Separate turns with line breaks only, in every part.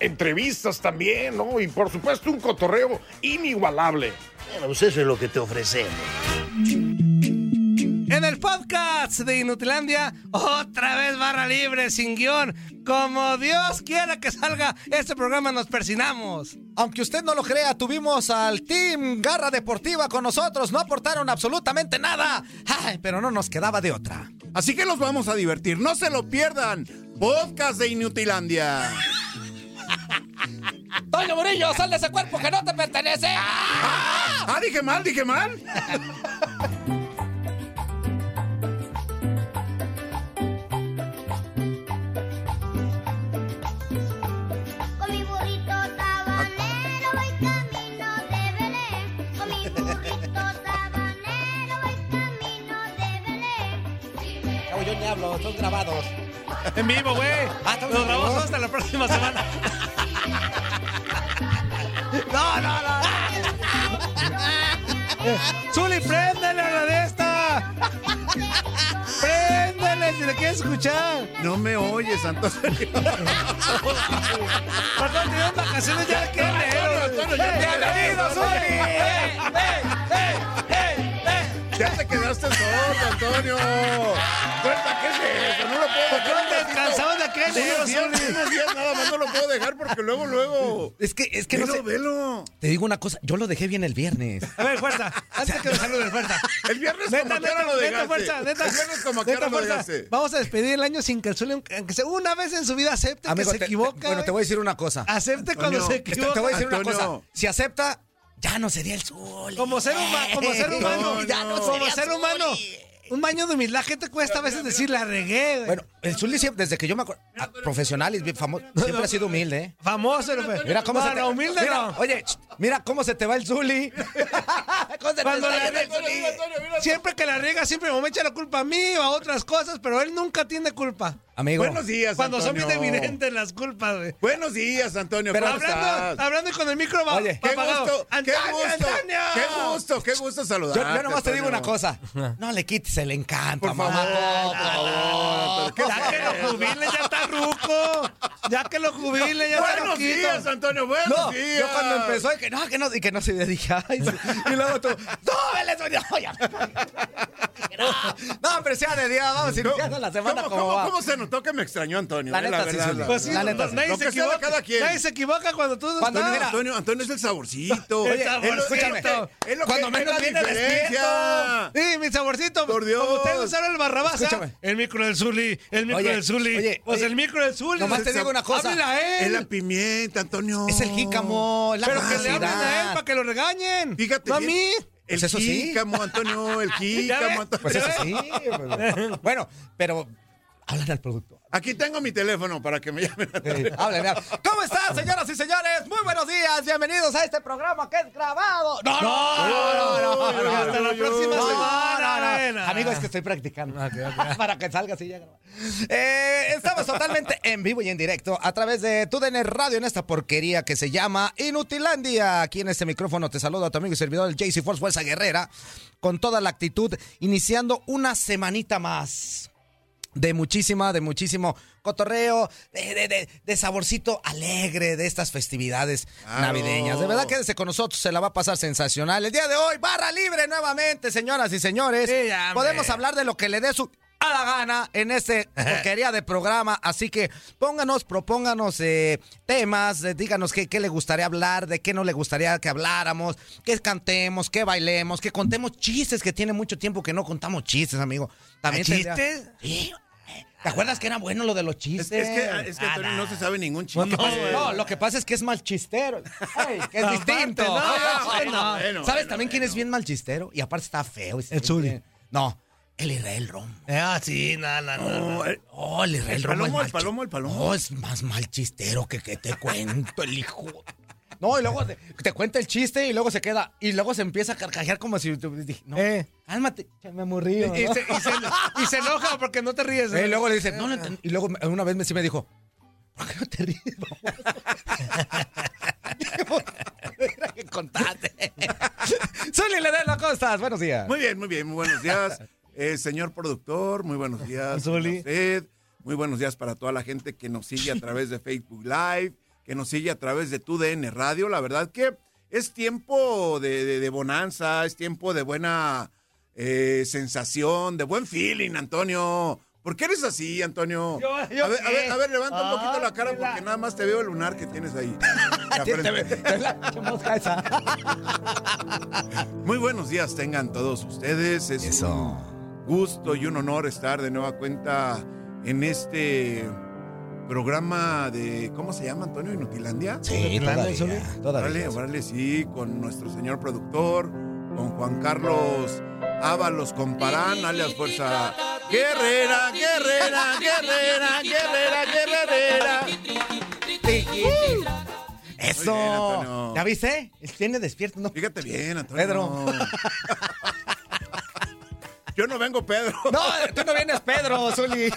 Entrevistas también, ¿no? Y por supuesto un cotorreo inigualable.
Bueno, pues eso es lo que te ofrecemos.
En el podcast de Inutilandia, otra vez barra libre, sin guión. Como Dios quiera que salga este programa, nos persinamos.
Aunque usted no lo crea, tuvimos al Team Garra Deportiva con nosotros, no aportaron absolutamente nada, Ay, pero no nos quedaba de otra.
Así que los vamos a divertir, no se lo pierdan. Podcast de Inutilandia.
Toño Murillo, sal de ese cuerpo que no te pertenece.
Ah, dije mal, dije mal.
Con mi burrito sabanero voy camino de Belén. Con mi burrito sabanero voy camino de Belén.
Cabo, yo ni hablo, son grabados.
En vivo, güey.
Ah, estamos
Nos
en
grabamos
vivo.
hasta la próxima semana.
No, no, no.
Zuli, préndele a la de esta. Préndele si le quieres escuchar.
No me oyes, Santo.
Para cuando tengas vacaciones ya le quieres leer.
Antonio, ya
¡Eh,
te
¡Bienvenido, Zuli!
Ya te quedaste solo, Antonio. Cuenta, ¿qué es eso? No lo puedo
¿Por qué
dejar.
no descansamos de aquel
Unos días,
día, Zuli?
unos días nada más no lo puedo dejar porque luego, luego.
Es que, es que
Velo,
no sé.
velo.
Te digo una cosa, yo lo dejé bien el viernes.
A ver, fuerza. Antes que nos saluden, fuerza.
El viernes como
Neta,
que ahora
neta,
lo
neta,
dejaste.
fuerza, neta.
El viernes como que
Neta,
ahora lo
fuerza.
dejaste.
Vamos a despedir el año sin que el Zuli, aunque sea una vez en su vida, acepte
Amigo,
que se
te-
equivoca. Ah,
te- bueno, te voy a decir una cosa.
Acepte cuando
Antonio,
se
Te,
equivoca.
te voy a decir una
Antonio.
cosa. Si acepta, ya no sería el sol.
Como ser, huma- como ser humano,
No, ya no
como
sería
ser
Zuli.
humano, un baño de humildad, ¿qué te cuesta a veces decir la regué? güey?
Bueno, el Zully siempre, desde que yo me acuerdo, ah, profesional y bien famoso, siempre ha sido humilde, ¿eh?
Famoso, el güey.
Mira cómo
No,
se te
no, humilde
mira,
no.
Oye, ch, mira cómo se te va el Zully. ¿Cómo se te
Cuando
está
la-
yendo el Zully?
Siempre que la riega, siempre o me echa la culpa a mí o a otras cosas, pero él nunca tiene culpa.
Amigo,
Buenos días,
Cuando son bien
Antonio.
evidentes las culpas, güey.
Buenos días, Antonio.
Pero
¿cómo
Hablando,
estás?
hablando y con el micro va,
Oye,
Qué
apagado.
gusto, qué
¡Antonio,
gusto,
Antonio!
qué gusto, qué gusto saludar.
yo, yo nomás te digo una cosa. No le quites el encanto,
Por
mamá.
favor, por favor. pero qué
Ya que
feo.
lo jubile, ya está ruco. Ya que lo jubile, ya está
Buenos días,
ruquito.
Antonio, buenos
No,
días.
yo
ah.
cuando empezó, y que no, que no, y que no se veía, dije, ay, y luego tú, ¡súbele, Zully! No, ya. No, hombre, sea de día, vamos iniciando la semana
¿Cómo,
como
cómo-
va.
cómo se notó que me extrañó Antonio?
La
eh?
neta, sí,
verdad,
sí.
la
Pues sí,
La
verdad.
no,
neta,
no, nadie,
lo
se
que sea de
equivoca,
cada quien.
nadie se equivoca cuando tú no
Cuando
estás.
mira,
Antonio, Antonio es el saborcito.
El saborcito.
escúchame, es lo que-
Cuando
es
menos
la
viene
diferencia.
Sí, mi saborcito.
Por Dios.
Como ustedes usaron el barrabás, ¿ah?
Escúchame.
El micro del Zuli, el micro
Oye,
del Zuli.
oye,
pues
oye.
el micro del Zuli.
Nomás
el
te digo una cosa.
Háblale a
Es
él.
la pimienta, Antonio.
Es el jícamo, es la
pero que le hablen a él
capacidad.
para que lo regañen.
Fíjate
No a
bien.
mí.
El
Pues eso sí.
jícamo, Antonio, el
Ya ves.
jícamo, Antonio.
Pues eso sí. pues, bueno, pero hablan al producto.
Aquí tengo mi teléfono para que me llamen.
Háblenme, háblenme. ¿Cómo están, señoras y señores? Muy buenos días. Bienvenidos a este programa que es grabado. No, no, no, no. no, no,
Hasta la
no,
próxima
no,
semana,
no, no.
nena.
Amigo, es que estoy practicando. Para que salga así ya grabado. Eh, estamos totalmente en vivo y en directo a través de TUDN Radio en esta porquería que se llama Inutilandia. Aquí en este micrófono te saluda tu amigo y servidor, el JC Force Fuerza Guerrera, con toda la actitud, iniciando una semanita más de muchísima, de muchísimo cotorreo, de, de- de- de saborcito alegre de estas festividades
Claro.
navideñas. De verdad, quédese con nosotros, se la va a pasar sensacional. El día de hoy, barra libre nuevamente, señoras y señores.
Sí, ya, hombre.
Podemos hablar de lo que le dé su a la gana en este porquería de programa. Así que pónganos, propónganos eh, temas, eh, díganos qué, qué le gustaría hablar, de qué no le gustaría que habláramos, que cantemos, que bailemos, que contemos chistes, que tiene mucho tiempo que no contamos chistes, amigo. También tendría-
¿Chistes?
Sí. ¿Te acuerdas que era bueno lo de los chistes?
Es que, es que Antonio no se sabe ningún chiste.
No, no, lo que pasa es que es mal chistero. Ay, que es distinto.
no,
Ah,
bueno,
¿Sabes
bueno,
también quién es bien mal chistero? Y aparte está feo. El
Zuli.
No, el Israel Romo.
Ah, sí, no, no, no. no.
No, eh,
Oh, el Israel
El
Romo.
palomo,
es mal
el palomo,
chi-
el palomo.
No, es más mal chistero que, que te cuento, el hijo. No, y luego te, te cuenta el chiste y luego se queda. Y luego se empieza a carcajear como si. tu- dije, No,
Eh.
cálmate, che, me aburrí.
Y, se, y se- y se enoja porque no te ríes.
Y Eh, luego le dice, no, no enten- Y luego me- una vez me, sí me dijo, ¿por qué no te ríes? baboso?" Era que contaste. Zuli le las costas. Buenos días.
Muy bien, muy bien, muy buenos días, eh, señor productor, muy buenos días a
Zuli.
usted, muy buenos días para toda la gente que nos sigue a través de Facebook Live, que nos sigue a través de TUDN Radio, la verdad que es tiempo de, de- de bonanza, es tiempo de buena eh, sensación, de buen feeling, Antonio. ¿Por qué eres así, Antonio? a, ver, a ver, a ver, levanta un poquito la cara porque nada más te veo el lunar que tienes ahí. en la
Te- te-
frente.
te- la pinche mosca esa.
Muy buenos días tengan todos ustedes. Es
Eso.
un gusto y un honor estar de nueva cuenta en este programa de. ¿Cómo se llama, Antonio? ¿Inutilandia?
Sí, todavía.
Órale,
Todavía.
órale, sí, con nuestro señor productor, con Juan Carlos Ábalos Comparán, alias Fuerza Guerrera, Guerrera, Guerrera, Guerrera, Guerrera.
Eso.
Muy bien, Antonio.
¿Ya viste? Él Tiene despierto. No,
Fíjate bien, Antonio.
Pedro.
Yo no vengo, Pedro.
No, tú no vienes, Pedro, Zuli.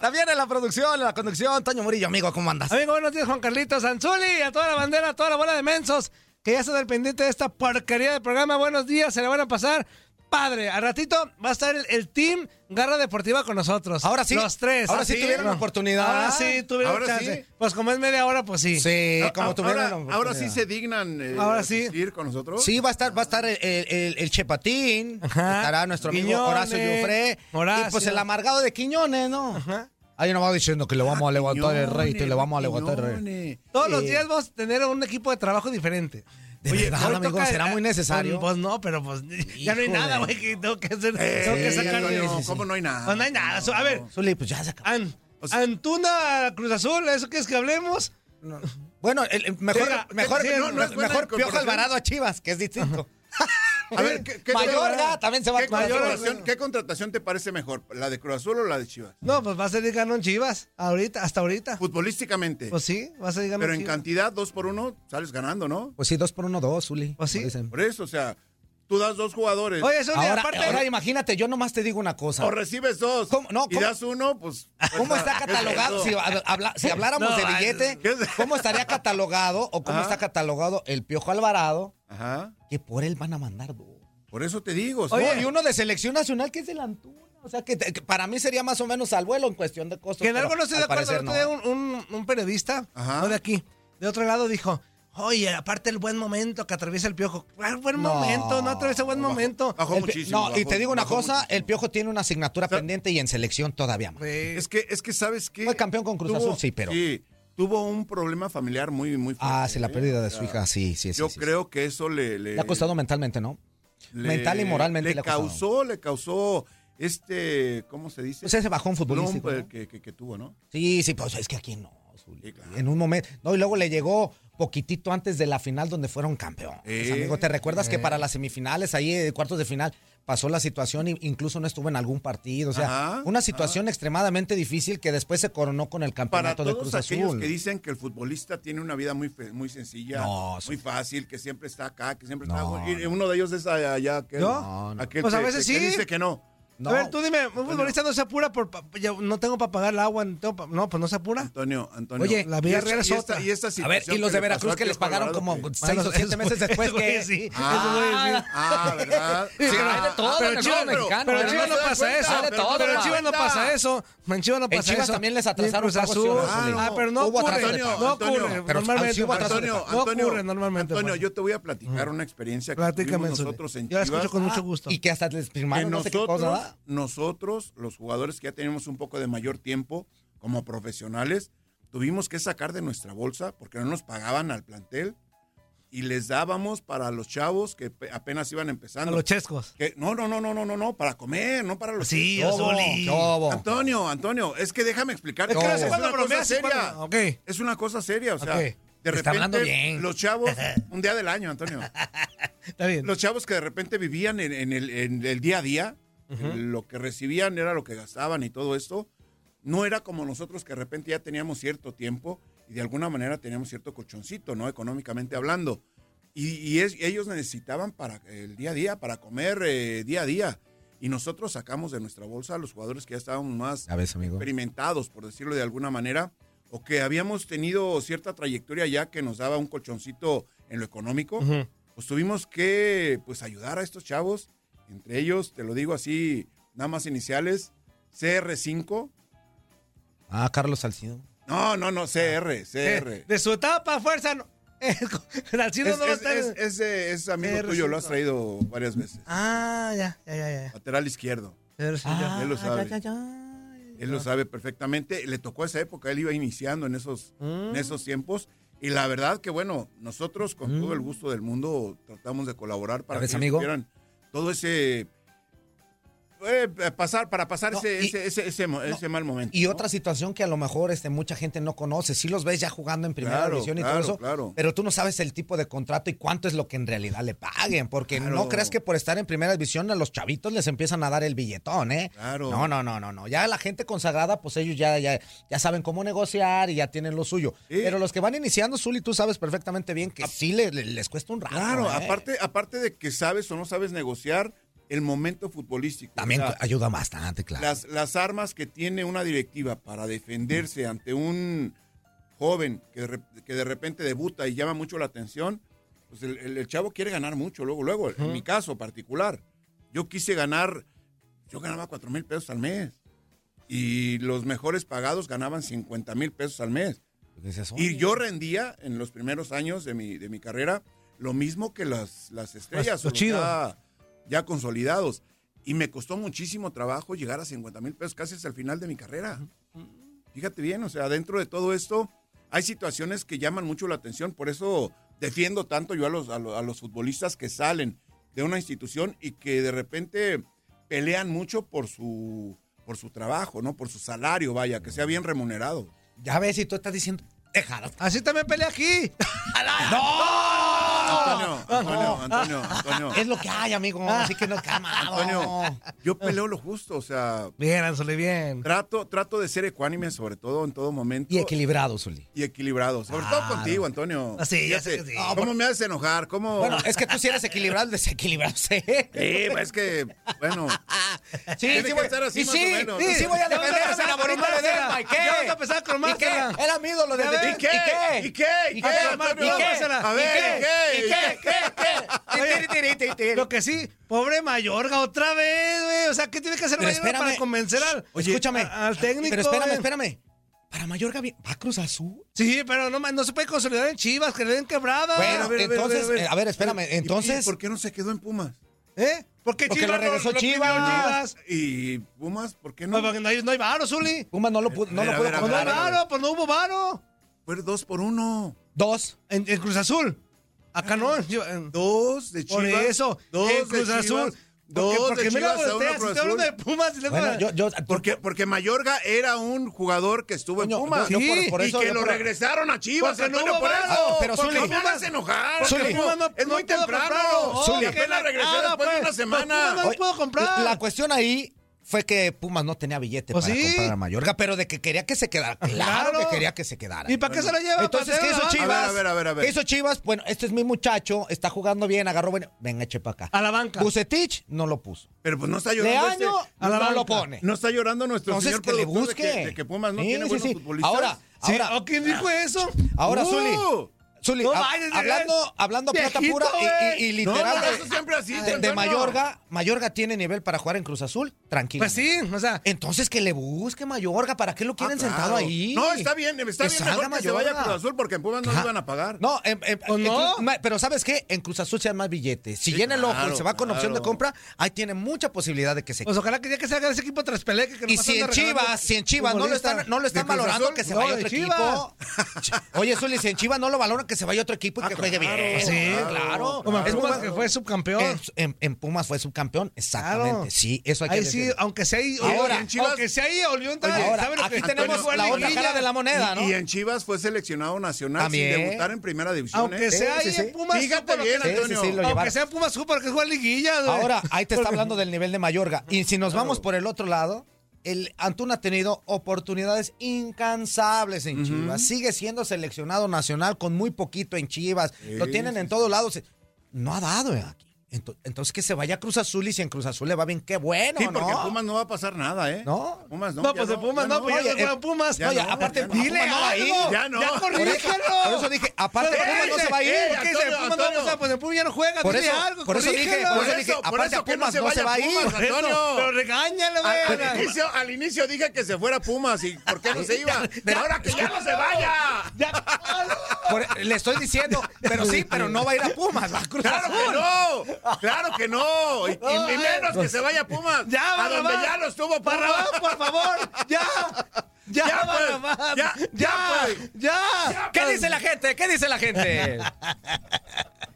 También en la producción, en la conducción, Toño Murillo, amigo, ¿cómo andas?
Amigo, buenos días, Juan Carlitos Anzuli, a toda la bandera, a toda la bola de mensos que ya está del pendiente de esta porquería de programa. Buenos días, se la van a pasar. Padre, al ratito va a estar el, el team Garra Deportiva con nosotros.
Ahora sí.
Los tres.
Ahora sí tuvieron la oportunidad.
Ahora sí tuvieron
Ahora
chance.
sí.
Pues como es media hora, pues sí.
Sí,
Ah,
Eh, como
ah,
tuvieron la
ahora, ahora sí
oportunidad.
se dignan eh,
Ahora sí.
asistir con nosotros.
Sí, va a estar, va a estar el, el- el- el Chepatín,
Ajá.
estará nuestro amigo
Quiñones,
Horacio Jufré.
Horacio.
Y pues el amargado de Quiñones, ¿no?
Ajá.
Ahí nos va diciendo que le vamos a levantar el rey,
Quiñones,
le vamos a levantar el rey.
Quiñones.
Todos los
Sí.
días vamos a tener un equipo de trabajo diferente.
De verdad,
hoy
amigo,
toca-
será muy necesario.
Pues no, pero pues ya no hay
Híjole.
nada, güey, que tengo que hacer. tengo que
Sí,
sacar de-
Eh, Antonio, ¿Cómo no hay nada?
Pues no hay nada. A ver,
Zuli, pues ya se acabó.
An-
O sea-
Antuna Cruz Azul, ¿eso quieres que hablemos?
Bueno, el, el mejor,
Oiga,
mejor,
sí,
no,
no
no,
es buena
mejor Piojo
incorporación.
Alvarado a Chivas, que es distinto.
A ver, ¿qué, qué-
Mayorga también se va
¿qué
a Mayorga.
contratación, ¿Qué contratación te parece mejor? ¿La de Cruz Azul o la de Chivas?
No, pues va a salir ganón Chivas, ahorita, hasta ahorita.
Futbolísticamente.
Pues sí, va a salir ganón
pero en
Chivas.
cantidad, dos por uno, sales ganando, ¿no?
Pues sí, dos por uno, dos, Zuli.
Pues sí.
como dicen.
Por eso, o sea, tú das dos jugadores.
Oye, Zuli,
Ahora,
aparte,
ahora imagínate, yo nomás te digo una cosa.
o recibes dos
¿Cómo? No,
y
¿cómo?
das uno, pues...
¿Cómo
pues,
está
¿qué es
catalogado?
eso?
Si, ha- habla- si habláramos
No,
de
ay,
billete,
¿qué es?
¿cómo estaría catalogado o cómo está catalogado el Piojo Alvarado?
Ajá,
Que por él van a mandar dos.
por eso te digo. o sea,
No, y uno de selección nacional que es el Antuna. O sea, que, que para mí sería más o menos al vuelo en cuestión de costos.
que en
pero
algo no estoy de
al
acuerdo.
parecer
el otro día un, un- un periodista,
Ajá.
no de aquí, de otro lado, dijo... Oye, aparte el buen momento que atraviesa el piojo. Ah, buen
No.
momento, no atraviesa buen momento.
Bajó
El pi-
muchísimo.
no, y
bajó-
te digo una
bajó
cosa,
muchísimo.
el Piojo tiene una asignatura pendiente y en selección todavía más.
Sí.
Es que, es que sabes que.
Fue campeón con Cruz Azul, sí, pero-
Sí, tuvo un problema familiar muy, muy fuerte.
Ah, sí, la
¿eh?
pérdida
O
de
sea,
su hija, sí, sí, sí.
Yo
sí, sí.
creo que eso le. Le,
Le ha costado mentalmente, ¿no? mental y moralmente
Le,
le ha costado.
causó, le causó este. ¿Cómo se dice?
O sea, ese bajón futbolístico,
Lump, eh,
¿no?
que, que- que tuvo, ¿no?
Sí, sí, pues es que aquí no. Zuli.
Sí, claro.
En un momento. No, y luego le llegó poquitito antes de la final donde fueron campeón.
Eh.
amigo, ¿te recuerdas que para las semifinales, ahí eh, cuartos de final, pasó la situación e incluso no estuvo en algún partido? O sea,
Ajá,
una situación extremadamente difícil que después se coronó con el
Para
campeonato de
todos
Cruz
aquellos
Azul.
que dicen que el futbolista tiene una vida muy, fe- muy sencilla,
No,
muy
sí.
fácil, que siempre está acá, que siempre
No,
está. y uno de ellos es allá, aquel,
No, no.
aquel
Pues a
que-
veces
que- que
sí.
dice que no.
No. Pues
A ver, tú dime, un futbolista no se apura por... pa- yo no tengo para pagar el agua, no, tengo pa- no, pues no se apura.
Antonio, Antonio.
Oye, la vida
y esta-
real es
y esta-
otra.
y esta
A ver,
situación que
y los de
le pasó
Veracruz
al
que les
Piojo
pagaron
Alvarado,
como
que-
seis o siete meses después que...
sí. esos güeyes
Ah,
sí.
Ah, ¿verdad?
Sí,
Ah,
hay de todo en el
Chivas-
fútbol mexicano,
pero
pero
en Chivas
no
no
se dan
pasa
cuenta,
eso.
hay de todo,
Pero en
pa.
Chivas no pasa eso. En Chivas no
En
pasa eso.
Chivas también les atrasaron
Cruz
pagos,
Azul.
Chivas,
Azul.
Ah, pero no
Hubo
ocurre.
atraso de
pago.
no
Antonio,
ocure.
Antonio,
normalmente.
sí hubo atraso de
no
Antonio,
pago.
Antonio,
ocurre normalmente.
Antonio,
pues.
yo te voy a platicar una experiencia que
Platícame
tuvimos
eso.
nosotros en
Yo la escucho
Chivas.
con mucho gusto.
Y que hasta les
Que
firmaron no sé qué
nosotros-
cosa, ¿verdad?
Guadalajara.
nosotros, los jugadores que ya tenemos un poco de mayor tiempo como profesionales, tuvimos que sacar de nuestra bolsa porque no nos pagaban al plantel y les dábamos para los chavos que pe- apenas iban
A
empezando.
los chescos.
Que- no, no, no, no, no, no, no, para comer, no para los
Sí,
¿Qué hubo?
Azuli.
¿Qué Ah. hubo?
Antonio, Antonio, es que déjame explicarte.
Es que de vez en
es
cuando
una cosa
bromeas y
seria.
cuando- ok.
Es una cosa seria, o sea,
Ok.
de
Está hablando
repente
bien.
los chavos, un día del año, Antonio,
Está bien.
los chavos que de repente vivían en, en el, en el día a día, en lo que recibían era lo que gastaban y todo esto, no era como nosotros que de repente ya teníamos cierto tiempo y de alguna manera teníamos cierto colchoncito, ¿no? Económicamente hablando. Y, y es- ellos necesitaban para el día a día, para comer eh, día a día. Y nosotros sacamos de nuestra bolsa a los jugadores que ya estaban más
A ver, amigo.
experimentados, por decirlo de alguna manera, o que habíamos tenido cierta trayectoria ya que nos daba un colchoncito en lo económico, pues tuvimos que pues ayudar a estos chavos, entre ellos, te lo digo así, nada más iniciales, CR5,
Ah, Carlos Salcido.
no, no, no, CR, CR.
Eh, de su etapa, fuerza. No.
Es,
Salcido no va a
es-
estar.
es- es, eh, es amigo
CR5.
tuyo, lo has traído varias veces.
Ah, ya, ya, ya. ya.
Lateral izquierdo.
Pero sí, ya.
él lo sabe.
Ah, ya, ya.
Él lo sabe perfectamente. Le tocó esa época, él iba iniciando en esos, en
Mm.
esos tiempos. Y la verdad que, bueno, nosotros con todo el gusto del mundo tratamos de colaborar para
¿Ya
que
ves,
ellos
amigo?
tuvieran todo ese... eh, pasar, para pasar
No,
ese,
y-
ese, ese- ese mo- ese mal momento.
Y
¿no?
otra situación que a lo mejor este, mucha gente no conoce. Sí los ves ya jugando en primera
Claro,
división y
claro,
todo eso.
claro.
Pero tú no sabes el tipo de contrato y cuánto es lo que en realidad le paguen. Porque no
Claro.
creas que por estar en primera división a los chavitos les empiezan a dar el billetón, ¿eh?
Claro.
No, no, no, no, no. Ya la gente consagrada, pues ellos ya, ya, ya saben cómo negociar y ya tienen lo suyo.
Sí.
Pero los que van iniciando, Zuli, tú sabes perfectamente bien que sí le- le- les cuesta un rato.
Ah. Claro, ah,
¿eh?
aparte, aparte de que sabes o no sabes negociar el momento futbolístico.
También
O sea,
ayuda bastante, claro.
las, las armas que tiene una directiva para defenderse ante un joven que, de rep- que de repente debuta y llama mucho la atención, pues el, el- el chavo quiere ganar mucho luego, luego. En mi caso particular, yo quise ganar, yo ganaba 4 mil pesos al mes y los mejores pagados ganaban 50 mil pesos al mes.
Dices,
Y
"Oye".
yo rendía en los primeros años de mi, de mi carrera lo mismo que las, las estrellas,
Pues, lo
o los
chido.
Ya, ya consolidados. Y me costó muchísimo trabajo llegar a 50 mil pesos casi hasta el final de mi carrera. Fíjate bien, o sea, dentro de todo esto hay situaciones que llaman mucho la atención, por eso defiendo tanto yo a los, a lo- a los futbolistas que salen de una institución y que de repente pelean mucho por su, por su trabajo, ¿no? Por su salario, vaya, que sea bien remunerado.
Ya ves, y tú estás diciendo, déjalo.
Así también pelea aquí.
Antonio, Antonio, Antonio, Antonio.
Es lo que hay, amigo. Así que no calma.
Antonio, yo peleo lo justo, o sea,
Bien, Anzuli, bien.
trato, trato de ser ecuánime sobre todo en todo momento.
Y equilibrado, Zuli.
y equilibrado, sobre
Claro.
todo contigo, Antonio.
Ah, sí, ya sé
Fíjate,
que sí.
¿Cómo me haces enojar? ¿Cómo?
Bueno, es que tú sí eres equilibrado, el desequilibrado. Sí, sí,
Sí, pues es que, bueno, Tiene que
voy-
estar así
y
más
sí,
o menos.
y sí voy a
Ya vas a
defender a mi
empezar con
favorita de
Marcela.
Delma. ¿Y qué?
Ya vas a empezar con
¿Y qué?
Marcela.
Era mi ídolo desde
ves?
chiquito.
¿eh? ¿Y qué? ¿Y qué?
A ver,
Antonio?
¿y qué?
A ver, ¿y qué?
¿Y qué? ¿Y qué? ¿Y qué? ¿Y qué?
Lo que sí, pobre Mayorga, otra vez, güey. O sea, ¿qué tiene que hacer
Pero
Mayorga para
espérame.
convencer al,
Oye, escúchame.
a- al técnico?
Pero espérame,
eh.
güey?
espérame. Para Mayorga vi- va a Cruz Azul.
Sí, pero no, ma- no se puede consolidar en Chivas, que le den quebrada.
Bueno,
A ver, a ver,
entonces,
a ver,
eh, a ver, espérame.
¿Y
Entonces,
¿Por qué no se quedó en Pumas?
¿eh? ¿Por qué
porque
Chivas?
le
no-
regresó
lo pidió
Chivas.
¿Y Pumas? ¿Por qué
No,
no?
porque no hay, no hay varo, Zuli.
Puma no lo pudo, no
Eh, A ver,
lo
a ver, a
pudo
Pues no hay
ver, a
comprar.
ver.
varo, pues no hubo varo.
Fue dos por uno.
Dos.
En, en Cruz Azul. Acá no. en Chivas- en-
Dos de
Por
Chivas.
eso.
Dos
en Cruz
de Chivas,
Azul.
Dos
porque, porque
de
me la
Chivas a uno
volteas.
Cruz
Si te hablando
Azul.
de Pumas y luego.
Bueno, yo, yo,
Porque, porque Mayorga era un jugador que estuvo en
Coño,
Pumas.
yo- yo por-
Sí,
por eso-
y que
yo
lo
por-
regresaron a Chivas.
Porque no
Antonio,
hubo
por
varo.
eso.
Pero,
Porque
Zuli.
no me hagas enojar.
Porque
Antonio.
Pumas no-
es
no
muy
pudo
temprano.
comprarlo.
Zuli,
Oh,
apenas
apenas-
regresé
ah,
después de
pues,
una
pues,
semana.
Pumas no- puedo comprar.
La cuestión ahí fue que Pumas no tenía billete
Pues
para
sí. Ah,
comprar a Mayorga, pero de que quería que se quedara. Claro,
Claro.
que quería que se quedara.
¿Y para qué se la lleva?
Entonces,
¿Para
¿qué hizo
hacer la
Chivas?
banca?
A ver, a ver, a ver.
¿Qué hizo Chivas? Bueno, este es mi muchacho, está jugando bien, agarró bueno. Venga, eche para acá.
A la banca.
Bucetich no lo puso.
Pero pues no está llorando este-
Leaño
a la
no lo
banca.
pone.
No está llorando nuestro
Entonces
señor
que le
productor
busque.
De que, de que Pumas no
Sí,
tiene
sí,
buenos
sí.
futbolistas.
Ahora, ah,
Sí,
ahora,
¿o ¿Quién dijo eso?
ahora,
Uh.
Zuli. Zuli,
No
hab-
manches,
hablando, hablando plata
viejito,
pura y- y, y
No,
literal.
pero
de-
eso siempre así.
de, de
Antonio.
Mayorga, Mayorga tiene nivel para jugar en Cruz Azul, tranquilo.
Pues sí, o sea,
Entonces que le busque Mayorga, ¿para qué lo quieren
Ah, claro.
sentado ahí?
No, está bien, está bien
salga
mejor que se
Mayorga.
vaya a Cruz Azul porque en Pumas no le
Ajá.
iban a pagar.
No, en- en-
Pues
en
no.
Cruz- ma- pero ¿sabes qué? En Cruz Azul se dan más billetes. Si
Sí,
llena el ojo
claro,
y se va con opción de
claro.
compra, ahí tiene mucha posibilidad de que se
pues ojalá que ya que salga de ese equipo tras pelea que
Y
nomás
si
anda
en
regalando
Chivas, si en Chivas no lo
futbolista.
están, no lo están
¿De Cruz
valorando
Azul?
que se
No,
vaya
de
otro
Chivas.
equipo. Oye, Zuli, si en Chivas no lo valoran que se vaya otro
Ah,
equipo y que juegue bien.
Sí,
pues claro.
Como en
Es muy
Pumas,
bueno.
que fue subcampeón.
En, en- en Pumas fue subcampeón, exactamente.
Claro.
Sí, eso hay que
Ahí sí,
decirlo.
aunque sea ahí,
Ahora,
Orión-
en Chivas-
aunque sea ahí, Olión
Oye, ahora, aquí tenemos la otra cara de la moneda,
Y-
¿no?
Y en Chivas fue seleccionado nacional
También.
sin debutar en primera división.
Aunque
¿eh?
sea
Sí,
ahí
sí, sí.
en Pumas,
Fíjate
supo lo que-
bien,
sí, sí,
Antonio.
sí, lo
aunque
llevaron.
sea en Pumas, supo lo que juega en liguilla. güey.
Ahora, ahí te está hablando del nivel de Mayorga. Y si nos vamos por el otro lado, el Antuna ha tenido oportunidades incansables en Chivas. Sigue siendo seleccionado nacional con muy poquito en Chivas. Lo
Sí,
tienen en
sí,
todos lados. No ha dado eh, aquí. Ento- Entonces que se vaya a Cruz Azul y si en Cruz Azul le va bien, qué bueno,
Sí, porque
¿no?
en Pumas no va a pasar nada, ¿eh?
No.
Pumas no.
No,
ya
pues de Pumas
ya
no, pues ya
Oye,
se fueron
eh,
Pumas.
ya
Oye,
no,
aparte
ya
el
no.
Pumas
Dile
no va a ir.
algo.
Ya no.
Ya
Por eso,
corrígelo.
por eso dije, aparte
Pero eh,
Pumas no se va a ir.
¿por qué dice,
Antonio,
Pumas no
Antonio.
se va? Pues de Pumas ya no juega,
Por
dile
eso-
algo,
por eso dije,
corrígelo.
Por
eso dije,
eso, por
aparte a
eso que no
Pumas
se
no se
vaya
va a
a
ir.
Pumas,
Por eso, Pero
Antonio.
regáñalo,
Al,
güey.
inicio, al inicio dije que se fuera a Pumas y ¿por qué no se iba?
Pero-
ahora que ya no se vaya.
Ya.
Por- le estoy diciendo, pero sí, pero no va a ir a Pumas, va a Cruz
¡Claro
Azul.
que no! ¡Claro que no! Y, y- y menos que se vaya a Pumas.
pues, Ya,
a donde
Barrabás.
ya lo estuvo
Barrabás,
Parra.
por favor, ya. Ya,
Ya, pues,
Barrabás.
ya,
ya,
ya,
ya,
pues.
¿Qué dice la gente? ¿Qué dice la gente?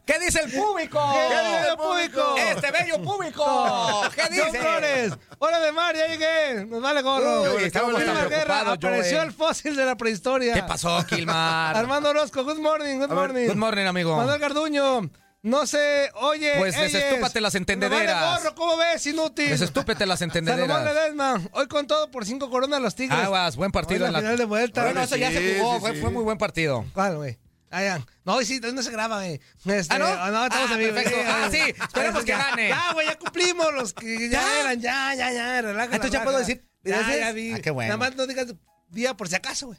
¿Qué dice el público?
¿Qué dice el público?
Este bello público. ¿Qué
John
dice?
Flores. Hola, de mar, ya llegué. Nos vale gorro.
Uy,
Wilmar
estábamos tan
Guerra,
preocupados,
Apareció
Joel.
el fósil de la prehistoria.
¿Qué pasó, Kilmar?
Armando Orozco, good morning, good
A ver,
morning.
good morning, amigo.
Manuel Garduño, no sé, oye.
Pues
Eyes,
desestúpate las entendederas.
me vale gorro, ¿cómo ves? Inútil.
Desestúpete Pues las
Salomón
entendederas.
Ledesma, hoy con todo por cinco coronas los Tigres.
Aguas, buen partido
Hoy
en
la
la
final de vuelta.
Bueno, eso ya
Sí,
se jugó,
sí,
fue,
sí.
fue muy buen partido.
¿Cuál, güey? Ah, ya. No, hoy sí, hoy no se graba, güey. Este,
Ah, ¿no?
estamos
Ah,
en vivo.
perfecto. Ah, sí, esperemos que
Ya.
gane.
Ya, güey, ya cumplimos los que ya,
¿Ya?
eran. Ya, ya, ya, relájate.
Entonces, ¿ya puedo decir
Ya,
gracias?
ya vi.
Ah, qué bueno.
Nada más no digas día por si acaso, güey.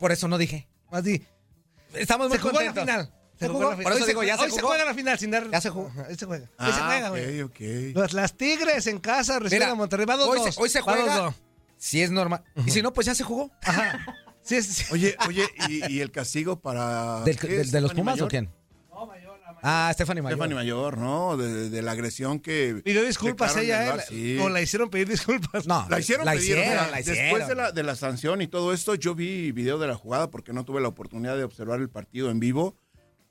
Por eso no dije.
Más di,
Estamos muy
se jugó la
contentos.
final.
¿Se
Se
jugó?
jugó la final.
Por eso
Hoy
digo,
se,
ya se
Hoy se
jugó.
juega la final sin dar.
Ya se jugó.
Hoy se juega. Hoy se juega,
Ah,
güey.
ok, ok.
Los- Las Tigres en casa reciben
Mira,
a Monterrey. Va 2-2.
hoy se, hoy se
Va
juega.
2-2.
Si es normal. Y si no, pues ya se jugó.
Ajá. Sí, sí, sí.
Oye, oye, ¿y, y el castigo para.
¿Del-
¿qué?
del- ¿De los
¿Stephanie
Pumas
Mayor?
o quién? Ah, Stephanie Mayor.
Stephanie Mayor, ¿no? De, de- de la agresión que.
Pidió disculpas
declararon
ella,
del
¿eh?
VAR, sí.
O la hicieron pedir disculpas.
No,
La hicieron
la
pedir, o sea,
hicieron, la hicieron.
Después de la, de la sanción y todo esto, yo vi video de la jugada porque no tuve la oportunidad de observar el partido en vivo.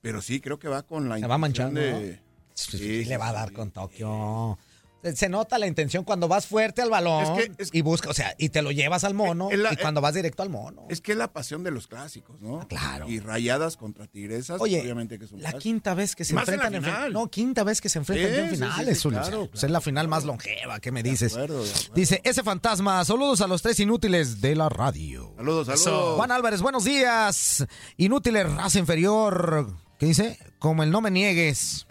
Pero sí, creo que va con la
Se va
intención
manchando,
de-
¿no?
Sí,
le va a
sí,
dar
sí.
con Tokio. Se, se nota la intención cuando vas fuerte al balón
Es que- es-
y busca, o sea, y te lo llevas al mono
Es la-
y cuando vas directo al mono.
Es que es la pasión de los clásicos, ¿no?
Ah, claro.
Y rayadas contra tigresas,
Oye,
obviamente que es un
la
clásico.
quinta vez que se
Y más en
enfrentan
la
en
final.
fin- no, quinta vez que se enfrentan
Sí,
en
sí, sí,
finales,
sí,
Zuli.
claro,
O sea, pues
claro,
es la final más longeva, ¿qué me dices?
acuerdo, de acuerdo.
Dice, ese fantasma, saludos a los tres inútiles de la radio.
Saludos, saludos.
Juan Álvarez, buenos días. Inútiles, raza inferior. ¿Qué dice? Como el no me niegues.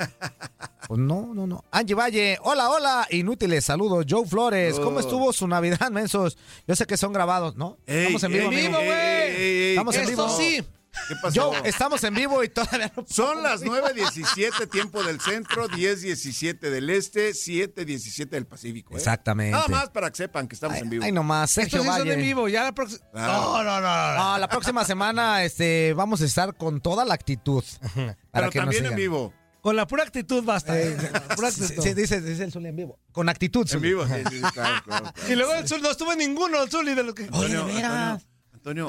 Pues no, no, no. Angie Valle, hola, hola. Inútiles, saludos. Joe Flores, ¿cómo
Oh.
estuvo su Navidad, mensos? Yo sé que son grabados, ¿no?
Ey,
estamos en vivo,
ey,
amigo.
ey, ey, ey, ey,
Estamos en
¿qué
vivo.
pasó?
sí.
¿Qué pasó?
Joe, estamos en vivo y todavía no.
Son las 9.17, tiempo del centro, 10.17 del este, 7.17 del Pacífico. ¿eh?
Exactamente.
Nada más para que sepan que estamos en vivo.
Ay, nomás,
Estos
Sergio
sí son
Valle.
en vivo. Ya la próxima.
Claro.
No, no, no. no, no.
Ah, la próxima semana este, vamos a estar con toda la actitud.
Pero
nos
también en
sigan.
vivo.
Con la pura actitud basta. eh, con la pura
Sí,
actitud.
sí, dice, dice el Zuli en vivo. Con actitud.
En
Zuli.
vivo, sí, sí, claro, claro, claro.
Y luego el Zul no estuvo en ninguno, el Zul y de los que.
Oye, de veras.
Antonio,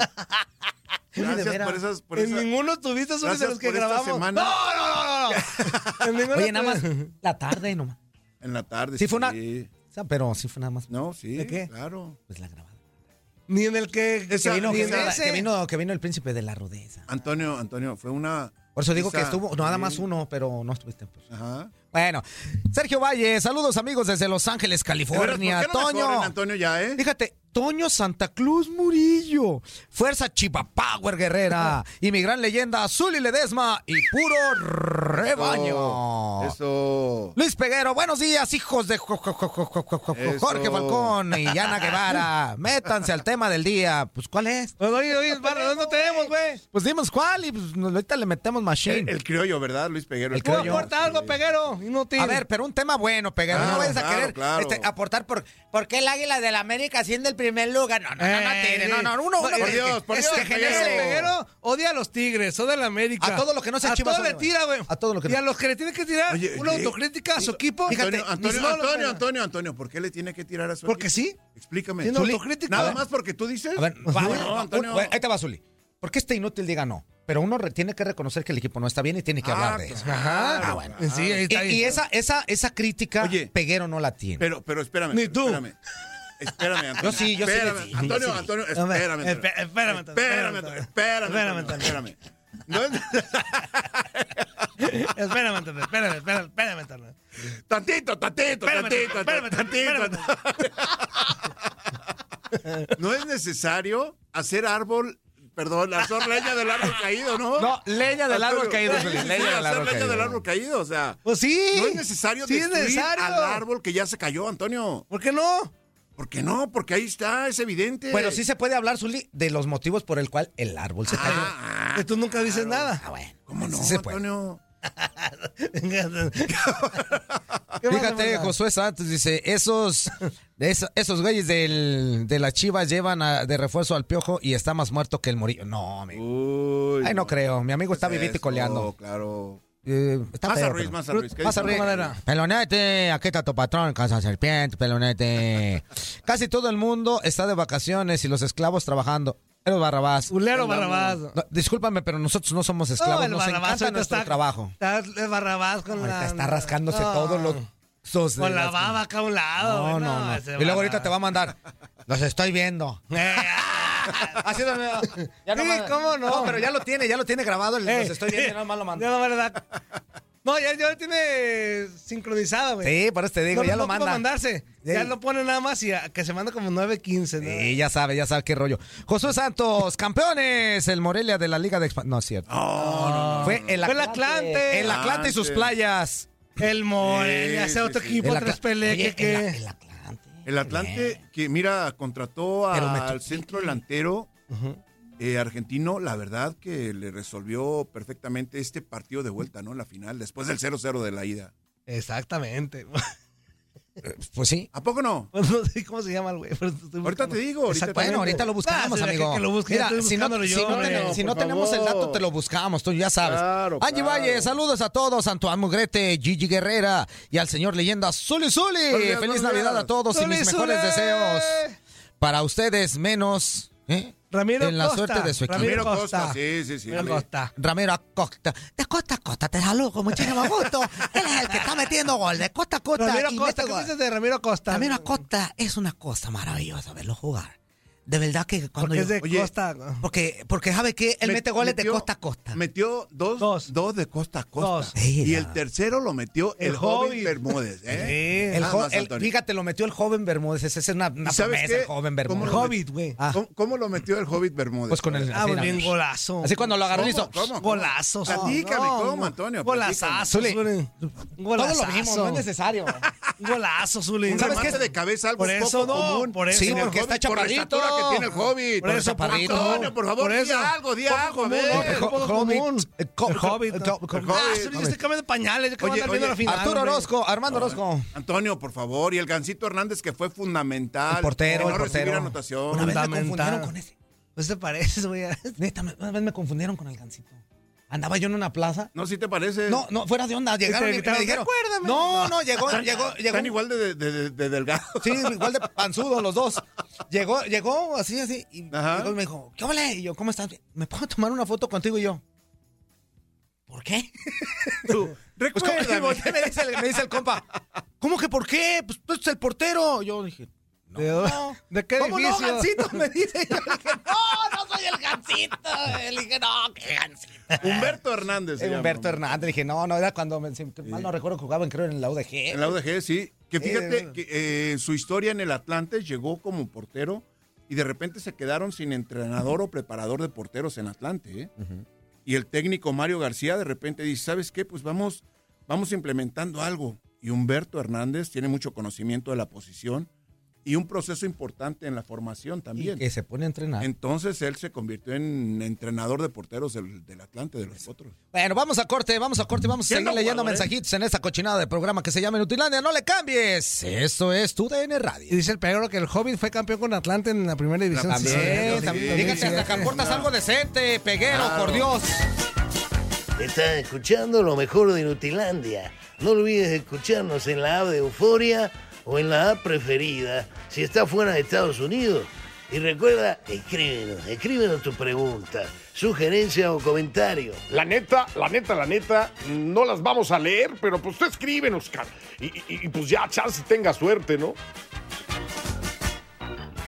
gracias por esas... Por
en
esa-
ninguno tuviste Zul y de
gracias
los que
por esta
grabamos.
semana.
No, no, no, no. no. En ninguno
Oye, nada más
tuve-
pues.
la tarde nomás.
En la tarde.
Sí, fue una- O sea, pero sí fue nada más
No, sí,
¿De qué?
claro.
pues la grabada.
Ni en el que.
Esa-
Que vino,
ni
que,
en
vino-
ese.
que vino, que vino el príncipe de la rudeza.
Antonio, Antonio, fue una...
Por eso digo que
Quizá,
estuvo no, nada
sí.
más uno, pero no estuviste. pues.
Ajá.
Bueno, Sergio Valle, saludos amigos desde Los Ángeles,
De veras, ¿por
California.
qué no me corren,
Toño.
Antonio ya, eh?
Fíjate, Toño Santa Cruz Murillo, Fuerza Chiva Power Guerrera y mi gran leyenda Zully Ledesma y puro rebaño.
Eso.
Luis Peguero, buenos días, hijos de Jo- Jo- Jo- Jo- Jo- Jo- Jo- Jo-
Eso.
Jorge Falcón y Yana Guevara. Métanse al tema del día. Pues, ¿cuál es?
Pues, oye, oye, Barra, ¿dónde tenemos, güey?
Pues dimos cuál y pues, nos- ahorita le metemos machine.
El, el criollo, ¿verdad, Luis Peguero?
El
Tú
criollo.
aporta algo, peguero. Inútil.
A ver, pero un tema bueno, Peguero. no
Claro,
vayas a
claro,
querer
claro.
este, aportar por, por qué el Águila del América siendo el primer lugar. No, no, no, no,
Eh,
tire,
sí.
no, no, uno, uno.
Por
que-
Dios, por
que-
Dios,
que genere-
Ese este peguero odia a los Tigres, odia a la América.
A todo lo que no sea
A
Chivas,
todo le
odia, güey.
tira, güey.
A todo lo que
Y
no-
a los que le tienen que tirar
Oye,
una
oye,
autocrítica a su equipo.
Antonio, Antonio,
ni solo,
Antonio,
pero-
Antonio, Antonio, ¿por qué le tiene que tirar a su
Porque sí.
Explícame.
Tiene
Zuli,
autocrítica. A
Nada
ver.
más porque tú dices.
A ver, pues,
Ah,
Zuli,
no, Antonio.
un- bueno, ahí te va, Zuli. ¿Por qué este inútil diga no? Pero uno re- tiene que reconocer que el equipo no está bien y tiene que
Ah,
hablar de eso.
Ajá.
Ah, bueno.
Sí, ahí
Y,
está. bien.
y esa, esa, esa crítica,
Oye.
Peguero no la tiene.
Pero, pero espérame.
Ni
pero
tú.
Espérame. Espérame, Antonio.
Yo sí, yo sí le
espérame.
di, yo
Antonio,
sí le di.
Antonio,
A ver,
espérame. Antonio.
espe- espérame, Antonio,
Espérame, Antonio, espérame.
Espérame,
Antonio,
Antonio.
Espérame. No es-
Espérame, Antonio, espérame, espérame, espérame, Antonio.
Tantito, tantito,
Espérame,
tantito,
espérame, espérame,
tantito. No es necesario hacer árbol, perdón, hacer leña del árbol caído, ¿no?
No, leña del árbol
Antonio,
caído,
no es
Zuli, leña
necesario
del árbol
hacer leña
caído.
del árbol caído, o sea.
Pues sí.
No es necesario
Sí, es
destruir
necesario.
al árbol que ya se cayó, Antonio.
¿Por qué no?
¿Por qué no? Porque ahí está, es evidente.
Bueno, sí se puede hablar, Zuli, de los motivos por el cual el árbol se cayó.
Ah,
Que Pues tú nunca dices nada.
Ah, bueno.
¿Cómo no,
Sí se puede.
Antonio?
Fíjate, Josué Santos dice, esos, de esa- esos güeyes del- de las chivas llevan a- de refuerzo al piojo y está más muerto que el morillo. No, amigo.
Uy.
Ay, no creo. Mi amigo está vivito y
Pues Eso,
coleando.
Claro.
Eh, está
Maza
feo,
Ruiz,
pero-
Maza Ruiz, ¿qué
Maza
dice?
Ruiz.
Madera.
Pelonete, aquí está tu patrón, casa serpiente, pelonete. Casi todo el mundo está de vacaciones y los esclavos trabajando. Pero Barrabás.
Ulero Barrabás.
No, discúlpame, pero nosotros no somos esclavos,
el
nos
Barrabás
encanta
ahorita
nuestro
está-
trabajo.
Está el Barrabás con
Ahorita
la...
está rascándose
No.
todos los sos de
Con la
las-
baba acá a un lado.
No,
güey,
no, no.
ese
Y luego ahorita
Barrabás.
te va a mandar. Los estoy viendo.
Eh, ah.
Así no, no, ya no
Sí,
manda.
¿cómo no?
pero ya lo tiene, ya lo tiene grabado. el
Eh,
Los estoy viendo, y nada más lo manda.
Ya no me la da. No, ya, ya lo tiene sincronizado, güey.
Sí, por eso te digo,
No,
ya
no
lo
ocupa
manda.
mandarse.
Sí.
Ya lo pone nada más y a- que se manda como 9.15, ¿no?
Sí, ya sabe, ya sabe qué rollo. Josué Santos, campeones, el Morelia de la Liga de Expansión. No es cierto. Fue el
Fue el
Atlante.
Atlante. Ah.
El Atlante y sus
Atlante.
playas.
El Morelia,
Sí,
hace
sí,
otro
sí.
equipo,
El
tres
Atla-
peleas.
Oye,
que- que-
el- el Atlante.
El Atlante, que mira, contrató
Pero me
al
toqué.
centro delantero eh, argentino, la verdad que le resolvió perfectamente este partido de vuelta, ¿no? La final, después del 0-0 de la ida.
Exactamente.
Pues sí.
¿A poco no?
Pues no sé cómo se llama el güey. pero estoy
Ahorita
buscando.
te digo, ahorita te
Bueno,
digo.
ahorita lo buscamos,
Ah, será
amigo.
que- que lo busque, ya estoy
si no,
buscándolo
si
yo,
no
hombre.
tenemos, si
Por
no tenemos el
favor.
dato, te lo buscamos, tú ya sabes.
Claro,
Angie
claro.
Valle, saludos a todos, a Antoine Mugrete, Gigi Guerrera y al señor leyenda Zuli Zuli.
Buenos días,
Feliz
buenos
Navidad
días.
a todos
Zuli,
y mis mejores
Zuli.
deseos para ustedes, menos ¿eh?
Ramiro
en la
Costa,
suerte de su equipo.
Ramiro
Ramiro
Costa.
Costa.
sí, sí, sí.
Mira,
dale.
Costa.
Ramiro Acosta. De Costa a Costa, te saludo con muchísimo gusto. Él es el que está metiendo gol de Costa a Costa.
Ramiro
y
Costa,
mete
¿qué este
gol.
dices de Ramiro Costa?
Ramiro Acosta es una cosa maravillosa verlo jugar. De verdad que cuando
Porque es
yo-
de
Oye,
Costa.
Porque, porque sabe que él
Me-
mete goles
metió-
de costa a costa.
Metió dos, dos.
Dos.
de costa a costa.
Dos.
Y
Mira.
el tercero lo metió el,
El
joven
Hobbit.
Bermúdez. ¿eh?
Sí.
El
Nada
jo-
más,
el-
Antonio.
fíjate, lo metió el joven Bermúdez. Ese ese es una, una
¿Y sabes
promesa,
qué?
el
¿Cómo
joven Bermúdez.
lo
Hobbit, güey.
Ah,
¿Cómo, cómo lo metió el Hobbit Bermúdez?
pues con el.
Ah,
así,
pues bien
no.
golazo.
Así cuando lo agarró
¿Cómo?
hizo.
¿Cómo?
Golazos.
Platícame, ¿cómo, Antonio?
Golazazo,
Platícame.
Zuli.
Todo
Golazazo.
lo vimos, no es necesario.
Golazo, Zuli.
Un
¿Sabes
remate
qué?
de cabeza algo
Por
un
eso
poco
no,
común.
por eso.
Sí,
no.
porque
Por
está
la
chaparrito.
estatura que tiene el Hobbit.
Por eso,
chaparrito.
Antonio, por favor,
Por
di
eso.
algo, di algo, a
común,
ver.
porque- poco común.
eh, co-
El Hobbit,
eh,
¿no?
co- co-
El
Ah,
Hobbit.
Zuli, yo estoy cambiando de pañales. Yo que
Oye,
voy a andar viendo
oye,
la final.
Arturo
hombre.
Orozco, Armando Orozco.
Antonio, por favor, y el Gancito Hernández que fue fundamental.
El portero,
en no
el portero.
recibir anotación.
Una vez me
Fundamental.
confundieron con ese. Pues
¿No te pareces, güey?
Neta, me- una vez me confundieron con el gancito. Andaba yo en una plaza.
No, si te parece.
No, no, fuera de onda. Llegaron y,
gritaron,
me dijeron.
"Recuérdame".
No, no, llegó, llegó, llegó.
Están igual de, de, de- de delgados.
Sí, igual de panzudos los dos. Llegó, llegó así, así. Y
Ajá.
llegó y me dijo, ¿qué ole? Y yo, ¿cómo estás? ¿Me puedo tomar una foto contigo? Y yo, ¿por qué?
Tú,
Pues, ¿cómo? Y
recuérdame.
volteé, me, dice el, me dice el compa, ¿cómo que por qué? Pues tú eres el portero. Yo dije, no.
¿De- de qué
¿Cómo
edificio?
no, Gancito? Me dice. Yo le dije, no, no soy el Gancito. Le dije, no, qué Gancito.
Humberto Hernández. se
Eh,
llama,
Humberto
hombre.
Hernández. Le dije, no, no, era cuando, me, si mal no recuerdo, jugaban creo en la UDG.
En la UDG, sí. Que
Eh,
fíjate que eh, su historia en el Atlante llegó como portero y de repente se quedaron sin entrenador o preparador de porteros en Atlante. ¿eh? Y el técnico Mario García de repente dice, ¿sabes qué? Pues vamos, vamos implementando algo. Y Humberto Hernández tiene mucho conocimiento de la posición y un proceso importante en la formación
Y
también.
que se pone a entrenar.
Entonces él se convirtió en entrenador de porteros del, del Atlante, de los otros.
Bueno, vamos a corte, vamos a corte, vamos a seguir
Siendo
leyendo
jugador, ¿eh?
mensajitos en esta cochinada de programa que se llama Nutilandia. ¡No le cambies! Esto es tu DN Radio.
Y dice el Pedro que el Hobbit fue campeón con Atlante en la primera división.
También,
Sí,
también.
también,
Fíjate,
sí.
hasta que aportas algo decente, peguero,
Claro.
por Dios.
Estás escuchando lo mejor de Nutilandia. No olvides escucharnos en la app de Euforia o en la app preferida si estás fuera de Estados Unidos. Y recuerda, escríbenos, escríbenos tu pregunta, sugerencia o comentario.
La neta, la neta, la neta, no las vamos a leer, pero pues tú escríbenos, Oscar. Y, y- y pues ya, chance tenga suerte, ¿no?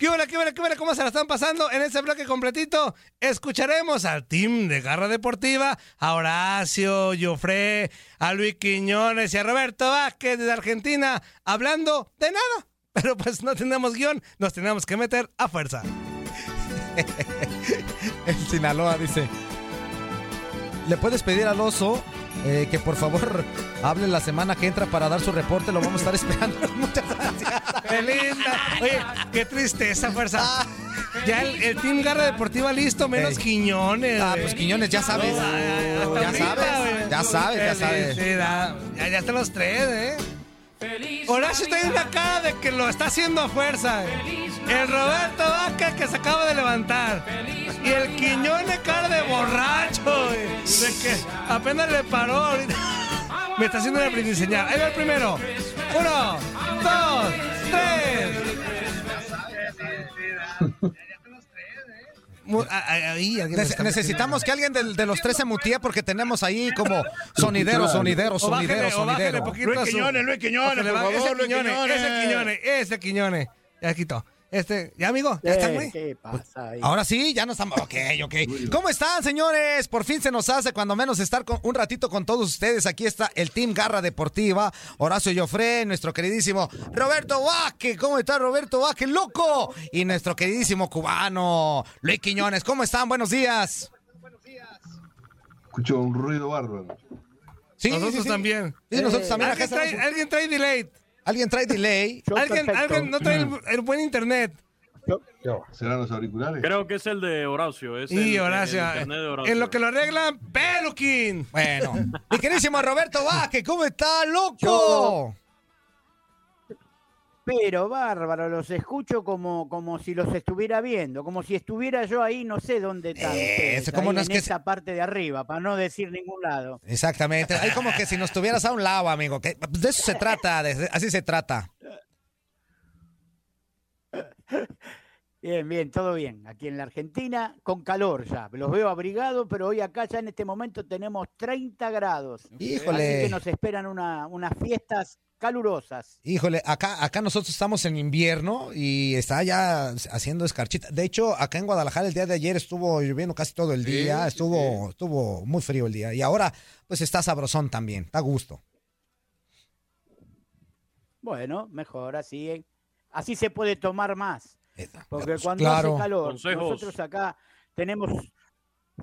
¿Qué hora, qué hora, qué hora? ¿Cómo se la están pasando? En este bloque completito escucharemos al team de Garra Deportiva, a Horacio, Jofré, a Luis Quiñones y a Roberto Vázquez desde Argentina hablando de nada. Pero pues no tenemos guión, nos tenemos que meter a fuerza.
El Sinaloa dice: ¿Le puedes pedir al oso eh, que por favor hable la semana que entra para dar su reporte? Lo vamos a estar esperando. Muchas gracias.
¡Feliz! na- Oye, qué tristeza, fuerza. Ya el, el team Garra Deportiva listo, menos
Ey.
Quiñones.
Ah,
güey.
pues Quiñones, ya sabes.
Hasta
Ya
ahorita,
sabes.
güey.
Ya sabes, ya sabes.
Felicidad. Ya, ya están los tres, ¿eh? Horacio está en una cara de que lo está haciendo a fuerza. El Roberto Vaca que se acaba de levantar. Y el Quiñón de cara de borracho. güey. De que apenas le paró. ahorita. Me está haciendo una brindiseñal. Ahí va el primero. Uno, dos, tres. Mu- a- a- ahí, alguien
Nece-
está-
necesitamos que alguien del- de, los tres se mutee porque tenemos ahí como sonidero, sonidero,
O bájale,
sonidero,
o bájale
sonidero.
poquito a
Luis
su- O que le va- ese Quiñones, ese Quiñones, ese Quiñones. Ya quitó. Este, ya amigo, ya están, güey.
Ah,
Ahora sí, ya nos estamos. Ok, ok. ¿Cómo están, señores? Por fin se nos hace, cuando menos, estar con, un ratito con todos ustedes. Aquí está el Team Garra Deportiva, Horacio Joffre, nuestro queridísimo Roberto Vázquez. ¿Cómo está Roberto Vázquez, loco? Y nuestro queridísimo cubano, Luis Quiñones. ¿Cómo están? Buenos días.
Escucho un ruido bárbaro.
Sí,
Nosotros también.
Sí, nosotros también. Acá
¿Alguien, trae,
estamos-
alguien trae delay.
alguien trae delay.
Alguien, alguien no trae el, el buen internet.
¿Serán los auriculares?
Creo que es el de Horacio. Es el-
Y Horacio,
el internet de Horacio.
en lo que lo arreglan, Peluquín.
Bueno, mi queridísimo Roberto Vázquez, ¿cómo está, loco?
Yo- Pero bárbaro, los escucho como, como si los estuviera viendo, como si estuviera yo ahí, no sé dónde están
Eh,
ustedes,
eso, ¿cómo
ahí
no es
en
que
esa parte de arriba, para no decir ningún lado.
Exactamente. Hay como que si nos tuvieras a un lado, amigo. que- de eso se trata, de- así se trata.
Bien, bien, todo bien. Aquí en la Argentina, con calor ya. Los veo abrigados, pero hoy acá ya en este momento tenemos 30 grados. Así
Híjole.
que nos esperan una- unas fiestas calurosas.
Híjole, acá, acá nosotros estamos en invierno y está ya haciendo escarchita. De hecho, acá en Guadalajara el día de ayer estuvo lloviendo casi todo el
Sí,
día,
sí,
estuvo, estuvo muy frío el día. Y ahora, pues está sabrosón también, está a gusto.
Bueno, mejor así. eh. Así se puede tomar más. Porque cuando
Pues, claro.
hace calor,
Consejos.
nosotros acá tenemos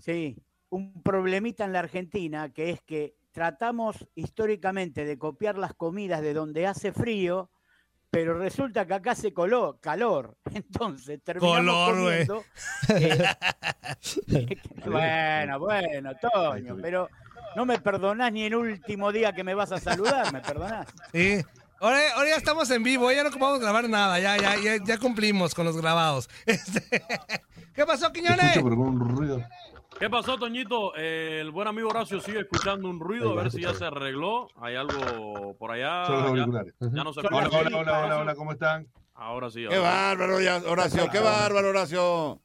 sí, un problemita en la Argentina, que es que tratamos históricamente de copiar las comidas de donde hace frío, pero resulta que acá hace colo- calor. Entonces terminamos
Color, güey.
comiendo, eh, bueno, bueno, Toño, pero no me perdonás ni el último día que me vas a saludar, ¿me perdonás?
Sí. Ahora, ahora ya estamos en
¿eh?
vivo, ya no podemos grabar nada, ya, ya, ya, ya cumplimos con los grabados. Este, ¿Qué pasó,
Te
Quiñones?
escucho, pero con un ruido.
¿Qué pasó, Toñito? Eh, el buen amigo Horacio sigue escuchando un ruido,
Ahí
a
va,
ver si ya
escuchame.
se arregló. Hay algo por allá.
Son los
Ya,
auriculares.
ya no se
Hola,
escucha.
hola, hola, hola, hola, ¿cómo están?
Ahora sí.
Qué bárbaro, ya, Horacio, qué bárbaro, Horacio.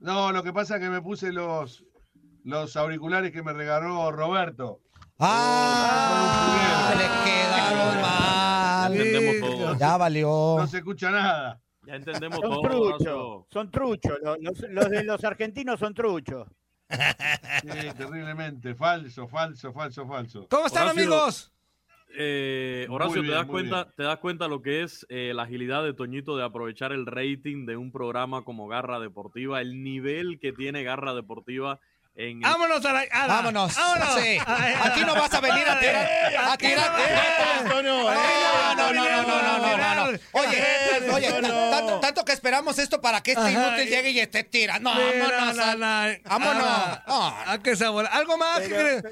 No, lo que pasa es que me puse los, los auriculares que me regaló Roberto.
¡Ah! Le quedaron mal.
entendemos todo.
Ya valió.
No se escucha nada.
Ya entendemos
Son
todo.
truchos,
Horacio.
son truchos. Los, los- los de los argentinos son truchos.
Sí, terriblemente. Falso, falso, falso, falso.
¿Cómo están,
Horacio.
amigos?
Eh, Horacio,
Muy bien,
te, das
muy
cuenta, te das cuenta lo que es eh, la agilidad de Toñito de aprovechar el rating de un programa como Garra Deportiva, el nivel que tiene Garra Deportiva en el-
Vámonos a la. a la-
Vámonos.
Vámonos.
Sí.
Ay, ay,
Aquí no vas a venir a tirar. A tirar. ¡Eh!
Antonio,
¡Ah!
eh,
No, no, no, no, no, no, no, no. Oye,
Eh,
oye,
no,
tan-
no.
tanto, tanto que esperamos esto para que este
Ajá,
inútil
y-
llegue y esté tirando. No,
Mira,
vámonos.
la,
a-
la-
vámonos.
ah,
Ah.
¿A qué sabor? ¿Algo más? ¿Qué quiere-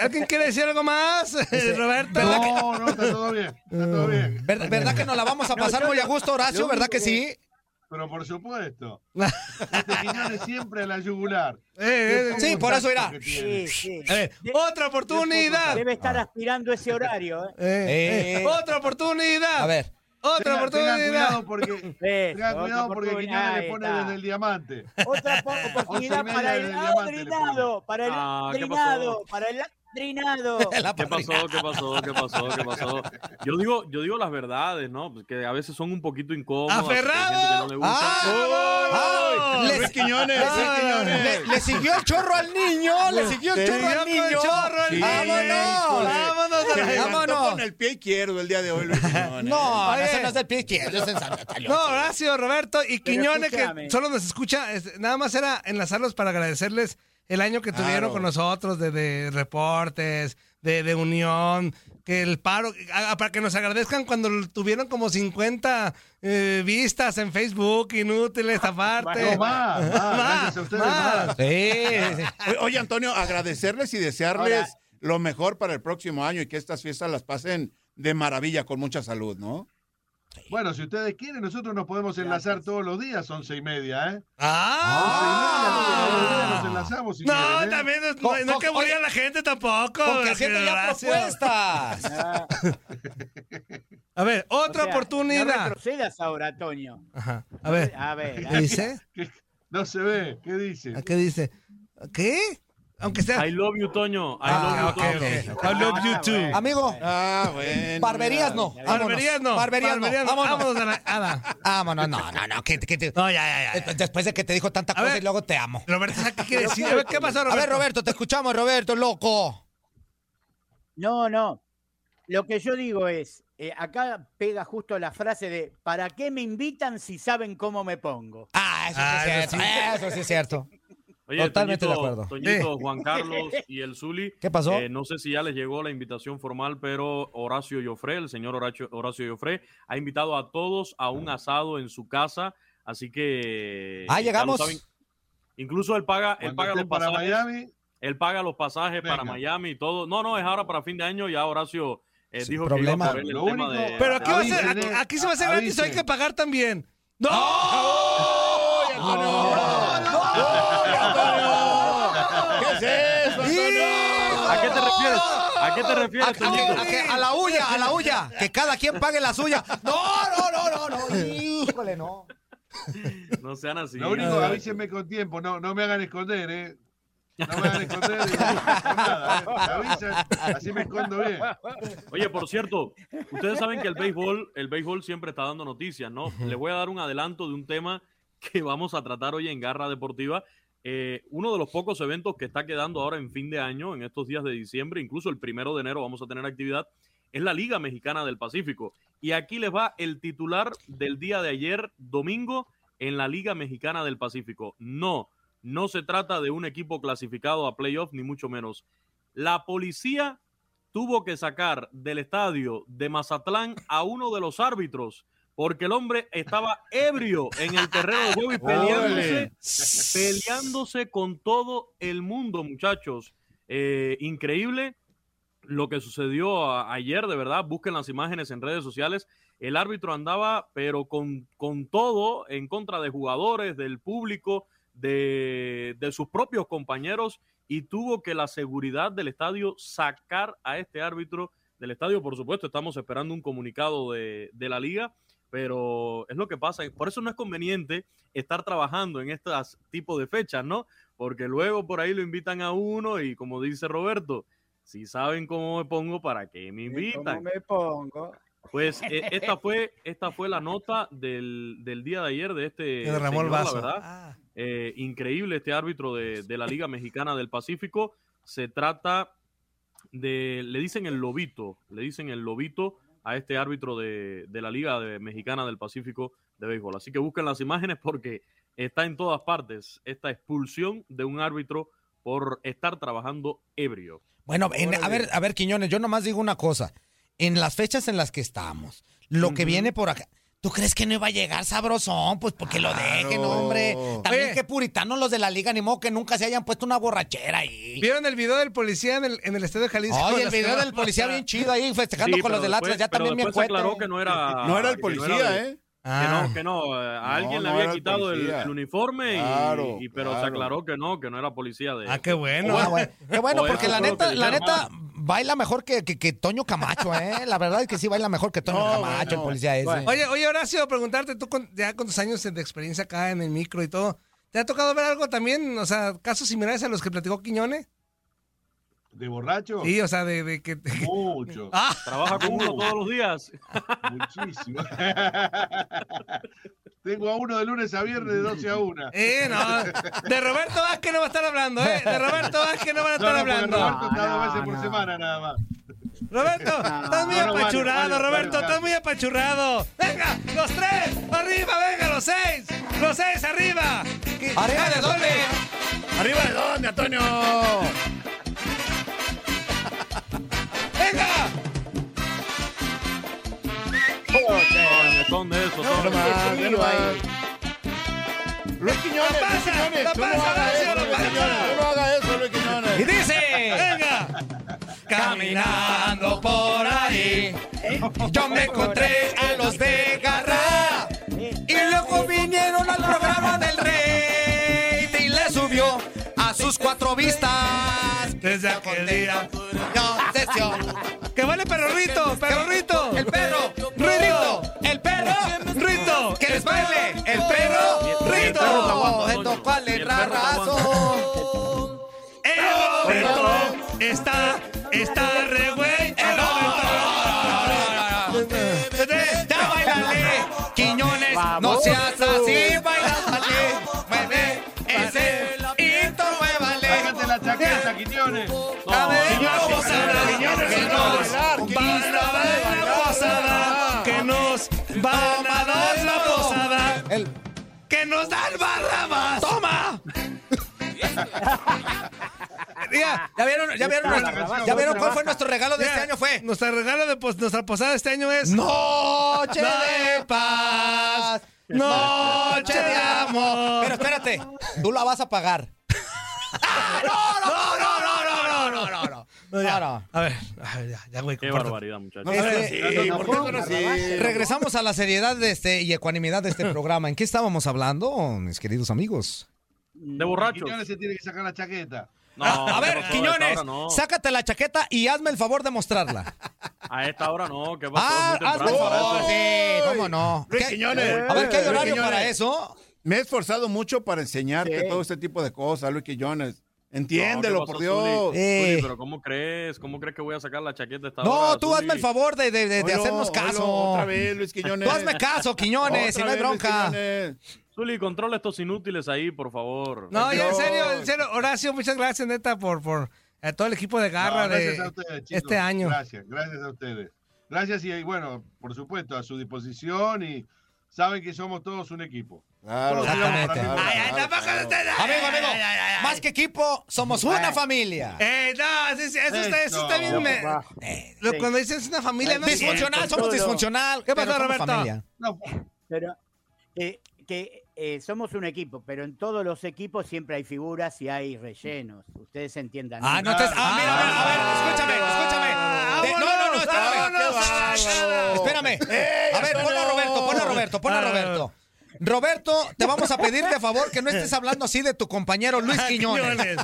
¿Alguien quiere decir algo más, Roberto?
No, no, está todo bien. Está
Ah.
todo bien.
¿Ver- ¿Verdad que nos la vamos a pasar muy a gusto, Horacio?
yo
¿Verdad
digo
que
que-
sí?
Pero por supuesto. Este Quiñones siempre a la yugular.
Eh, eh,
Sí, por eso irá.
Que tiene.
Sí, sí.
a ver, otra oportunidad.
Eh,
Debe estar aspirando ese horario. ¿eh?
Eh,
Eh.
Otra oportunidad.
A ver.
Otra
Tengan- tengan
oportunidad.
cuidado porque,
Eso,
tengan cuidado
otra
porque
oportunidad,
Quiñones le pone
ahí está.
desde el diamante.
Otra po-
Once y
oportunidad
media
para
del
el
diamante le
adrinado, para el
Ah, ¿qué
adrinado,
pasó?
para el adrinado.
La
¿Qué pasó?
parrilla.
¿Qué pasó? ¿Qué pasó? ¿Qué pasó? Yo digo, yo digo las verdades, ¿no? Pues Que a veces son un poquito incómodas. porque hay gente que no le gusta.
¡Ah!
Luis
Les-
Quiñones, Luis
Ah,
Quiñones.
Le, le siguió el chorro al niño, le siguió el
Te
chorro al
digo el
niño.
chorro al
¡Vámonos!
niño.
Vámonos a
Se
la-
levantó
vámonos.
con el pie izquierdo el día de hoy, Luis Quiñones.
No,
Oye.
ese no es el pie izquierdo, ese es el
No, Horacio, Roberto y Quiñones, que
escúchame.
solo nos escucha. es- Nada más era enlazarlos para agradecerles el año que tuvieron
Claro.
con nosotros de, de reportes, de, de unión, que el paro, a- a- para que nos agradezcan cuando l- tuvieron como 50 eh, vistas en Facebook, inútiles esta parte.
No, más, más, gracias a ustedes
más.
más.
Sí, sí.
O- Oye, Antonio, agradecerles y desearles lo mejor para el próximo año y que estas fiestas las pasen de maravilla, con mucha salud, ¿no?
Bueno, si ustedes quieren, nosotros nos podemos enlazar todos los días, once y media, ¿eh? Once y media, todos los días nos enlazamos. si
No,
quieren, ¿eh?
también no,
Con-
no hay que
con-
aburrir a
oye,
la gente tampoco.
Con que
porque
haciendo ya
Horacio-
propuestas.
A ver,
O
otra
sea, No
oportunidad.
retrocedas ahora, Toño.
Ajá, A ver,
A ver, a
¿qué dice?
No se ve, ¿qué dice?
¿A qué dice? ¿Qué? Aunque sea.
I love you, Toño. I
Ah,
love you,
ok,
Toño.
ok. I love you too.
Amigo,
Ah, bueno.
barberías no.
Barberías no.
Barberías no.
Barberías no.
Vámonos.
Vámonos a la. a la-
Vámonos, no, no, no. que- que te- eh,
No, ya, ya, ya, ya.
Después de que te dijo tanta
A
cosa
ver.
y luego te amo.
Roberto, ¿sabes qué quiere decir? A ver, ¿qué pasó,
A
Roberto?
ver, Roberto, te escuchamos, Roberto, loco.
No, no. Lo que yo digo es, eh, acá pega justo la frase de ¿para qué me invitan si saben cómo me pongo?
Ah, eso
Ah,
sí es
eso
cierto. Eso sí es cierto.
Oye,
Totalmente
Toñito-
de acuerdo.
Toñito, Juan Carlos y el Zuli.
¿Qué pasó?
eh, no sé si ya les llegó la invitación formal, pero Horacio Llofré, el señor Horacio, Horacio Llofré, ha invitado a todos a un asado en su casa. Así que. ya
Ah,
lo
llegamos.
saben. Incluso él paga, él
Cuando
paga los
estén para
pasajes.
Miami,
Él paga los pasajes para
Venga.
Miami y todo. No, no, es ahora para fin de año. Ya Horacio eh,
Sin
dijo
problema.
que iba a
Lo
correr el tema
único-
de.
Pero
de-
aquí, va a ser,
Avisen,
aquí,
eh.
aquí se va a hacer gratis,
Avisen.
hay que pagar también. ¡No!
¡Ah!
¿Qué es eso, Antonio?
¿A qué te refieres? ¿A
é
qué te
A,
refieres,
a
tá
que-
Toñito?
a que- a la huya, a la huya. Que cada quien pague la suya. No, no, no, no, no.
Eh,
Híjole, no.
No sean así.
lo único, avísenme con tiempo, no, no me hagan esconder, ¿eh? No me hagan esconder, y no me hagan nada, ¿eh? Me avisan, así me escondo bien.
Oye, por cierto, ustedes saben que el béisbol, el béisbol siempre está dando noticias, ¿no? Les voy a dar un adelanto de un tema que vamos a tratar hoy en Garra Deportiva. Eh, uno de los pocos eventos que está quedando ahora en fin de año, en estos días de diciembre, incluso el primero de enero vamos a tener actividad, es la Liga Mexicana del Pacífico. Y aquí les va el titular del día de ayer, domingo, en la Liga Mexicana del Pacífico. No, no se trata de un equipo clasificado a playoff, ni mucho menos. La policía tuvo que sacar del estadio de Mazatlán a uno de los árbitros porque el hombre estaba ebrio en el terreno de juego y peleándose, peleándose con todo el mundo, muchachos. Eh, increíble lo que sucedió a- ayer, de verdad. Busquen las imágenes en redes sociales. El árbitro andaba, pero con, con todo, en contra de jugadores, del público, de, de sus propios compañeros, y tuvo que la seguridad del estadio sacar a este árbitro del estadio. Por supuesto, estamos esperando un comunicado de, de la liga, pero es lo que pasa. y Por eso no es conveniente estar trabajando en estas tipos de fechas, ¿no? Porque luego por ahí lo invitan a uno y como dice Roberto, si saben cómo me pongo, ¿para qué me
¿Cómo
invitan?
me pongo?
Pues eh, esta fue esta fue la nota del, del día de ayer de este
De Ramón
señor, la
Basso.
verdad.
Ah.
Eh, increíble este árbitro de, de la Liga Mexicana del Pacífico. Se trata de, le dicen el lobito, le dicen el lobito a este árbitro de, de la Liga de- Mexicana del Pacífico de béisbol. Así que busquen las imágenes porque está en todas partes esta expulsión de un árbitro por estar trabajando ebrio.
Bueno, en- a ver, a ver, Quiñones, yo nomás digo una cosa. En las fechas en las que estamos, lo que viene por acá. ¿Tú crees que no iba a llegar sabrosón? Pues porque lo dejen, hombre. También que puritanos los de la liga, ni modo que nunca se hayan puesto una borrachera ahí.
¿Vieron el video del policía en el, en el estadio de Jalisco?
Ay,
la
el video
semana
del policía
pasada?
bien chido ahí, festejando
Sí,
con los
pero
del Atlas,
después-
ya
pero
también bien
Después se
cuete.
aclaró que no era...
No era el
que
policía,
de-
¿eh?
Ah.
Que no, que no. eh, A
No,
alguien
no
le
era
había
el
quitado el,
policía.
el uniforme, y-
Claro,
y, pero se
claro.
aclaró que no, que no era policía de...
Ah, qué bueno.
Ah, bueno. Qué bueno,
O
porque
eso
la
fue lo
neta,
que
la
dijeron,
neta baila mejor que, que, que Toño Camacho, ¿eh? La verdad es que sí baila mejor que Toño Camacho, el policía ese.
Oye, oye, Horacio, preguntarte tú con- ya con tus años de experiencia acá en el micro y todo, ¿te ha tocado ver algo también, o sea, casos similares a los que platicó Quiñones?
¿De borracho?
Sí, o sea, de, de que...
Mucho.
Ah.
Trabaja con uno todos los días.
Muchísimo. Tengo a uno de lunes a viernes de 12 a 1.
Eh, no, de Roberto Vázquez no va a estar hablando, ¿eh? De Roberto Vázquez no van a
No, no,
estar
porque
hablando.
Ah,
Roberto está dos veces por semana nada más.
Roberto, estás muy
No, no, vale,
apachurrado,
vale,
Roberto,
vale.
estás muy apachurrado. Venga, los tres, arriba, venga, los seis, los seis, arriba.
Arriba de dónde?
Arriba de dónde, Antonio. Venga.
Coño, Son de esos, son de esos.
Luis Quiñones,
La
Luis
pasa,
Quiñones,
la
tú no
pasa,
hagas eso,
Horacio, la
Luis
pasa.
Quiñones, tú no hagas eso, Luis Quiñones.
Y dice, venga, caminando por ahí, yo me encontré a los de Garra y luego vinieron al programa del rey y le subió a sus cuatro vistas desde aquel día. Que vale perrorrito, perrorrito, el perro, rito, el perro, rito, que les baile, el perro,
Y el perro está aguantando,
Esto,
Toño.
¿cuál
Y
es
el
la
perro está
razón?
El Roberto está, está re güey. El Roberto. Ya bailale, Quiñones, no seas así, bailale, mueve ese hito, muévale.
Sácate la chaqueta, Quiñones.
A ver, vamos a bailar, que nos van a dar la posada, que nos van a dar la posada,
El-
que nos dan barrabás. ¡Toma!
Mira, ¿ya vieron, ya vieron,
Esta es la canción.
ya vieron cuál fue nuestro regalo de este
Mira,
año? Fue.
Nuestra regalo de pos- nuestra posada este año es.
Noche de
de
paz.
Noche
Noche de
de amor.
Pero espérate, tú la vas a pagar. no, no, no, no, no, no, no, no, no, no.
A ver, a ver, ya, ya, güey.
Qué
compórtate.
barbaridad, muchachos.
Este,
Sí, ¿por qué son así?
regresamos a la seriedad de este y ecuanimidad de este programa. ¿En qué estábamos hablando, mis queridos amigos?
De borrachos.
Quiñones se tiene que sacar la chaqueta.
No,
a
¿qué
ver,
pasó?
Quiñones,
A esta hora no.
sácate la chaqueta y hazme el favor de mostrarla.
A esta hora no, ¿qué pasó?
ah,
Es muy
hazme el
temprano para
favor.
eso.
Sí, cómo no.
Luis
¿Qué-
Quiñones.
A ver, ¿qué hay
Luis
horario para
Quiñones.
eso?
Me he esforzado mucho para enseñarte
Sí.
todo este tipo de cosas, Luis Quiñones.
No,
Entiéndelo,
¿qué pasó,
por Dios.
Zuli?
Eh.
Zuli, pero ¿cómo crees? ¿Cómo crees que voy a sacar la chaqueta a esta hora?
No, tú hazme el
Zuli?
favor de, de- de- de
Oilo,
hacernos
oilo,
caso.
Otra vez, Luis Quiñones.
Tú hazme caso, Quiñones, y
Otra
no hay
vez, Luis
bronca.
Quiñones.
Zuli, controla estos inútiles ahí, por favor.
No, ya en
Dios.
serio, en serio. Horacio, muchas gracias, neta, por, por a todo el equipo de
No,
garra
gracias
de
a ustedes, chicos.
este año.
Gracias, gracias a ustedes. Gracias y eh, bueno, por supuesto, a su disposición y saben que somos todos un equipo.
Claro,
Todos tiramos para
Exactamente.
la misma
Ay, ay,
cara.
tampoco ustedes-
Amigo, amigo,
Ay, ay, ay, ay.
más que equipo, somos una familia.
Eh, no, sí, sí, eso, está, eso está bien.
Eso.
me- eh, lo- cuando dicen es una familia, no es
Disfuncional,
cierto,
somos
todo.
disfuncional.
¿Qué
pero
pasó,
somos
Roberto?
familia.
No,
Pero eh, que eh, somos un equipo, pero en todos los equipos siempre hay figuras y hay rellenos. Ustedes entiendan. ah,
Ah, no estás. Ah, mira, a ver, a ver, escúchame, escúchame. Eh, no, no, no, espérame.
vámonos.
Ah.
Espérame. A ver, ponlo a Roberto, ponlo a Roberto, ponlo a Roberto. Roberto, te vamos a pedir de favor que no estés hablando así de tu compañero Luis
Ah,
Quiñones.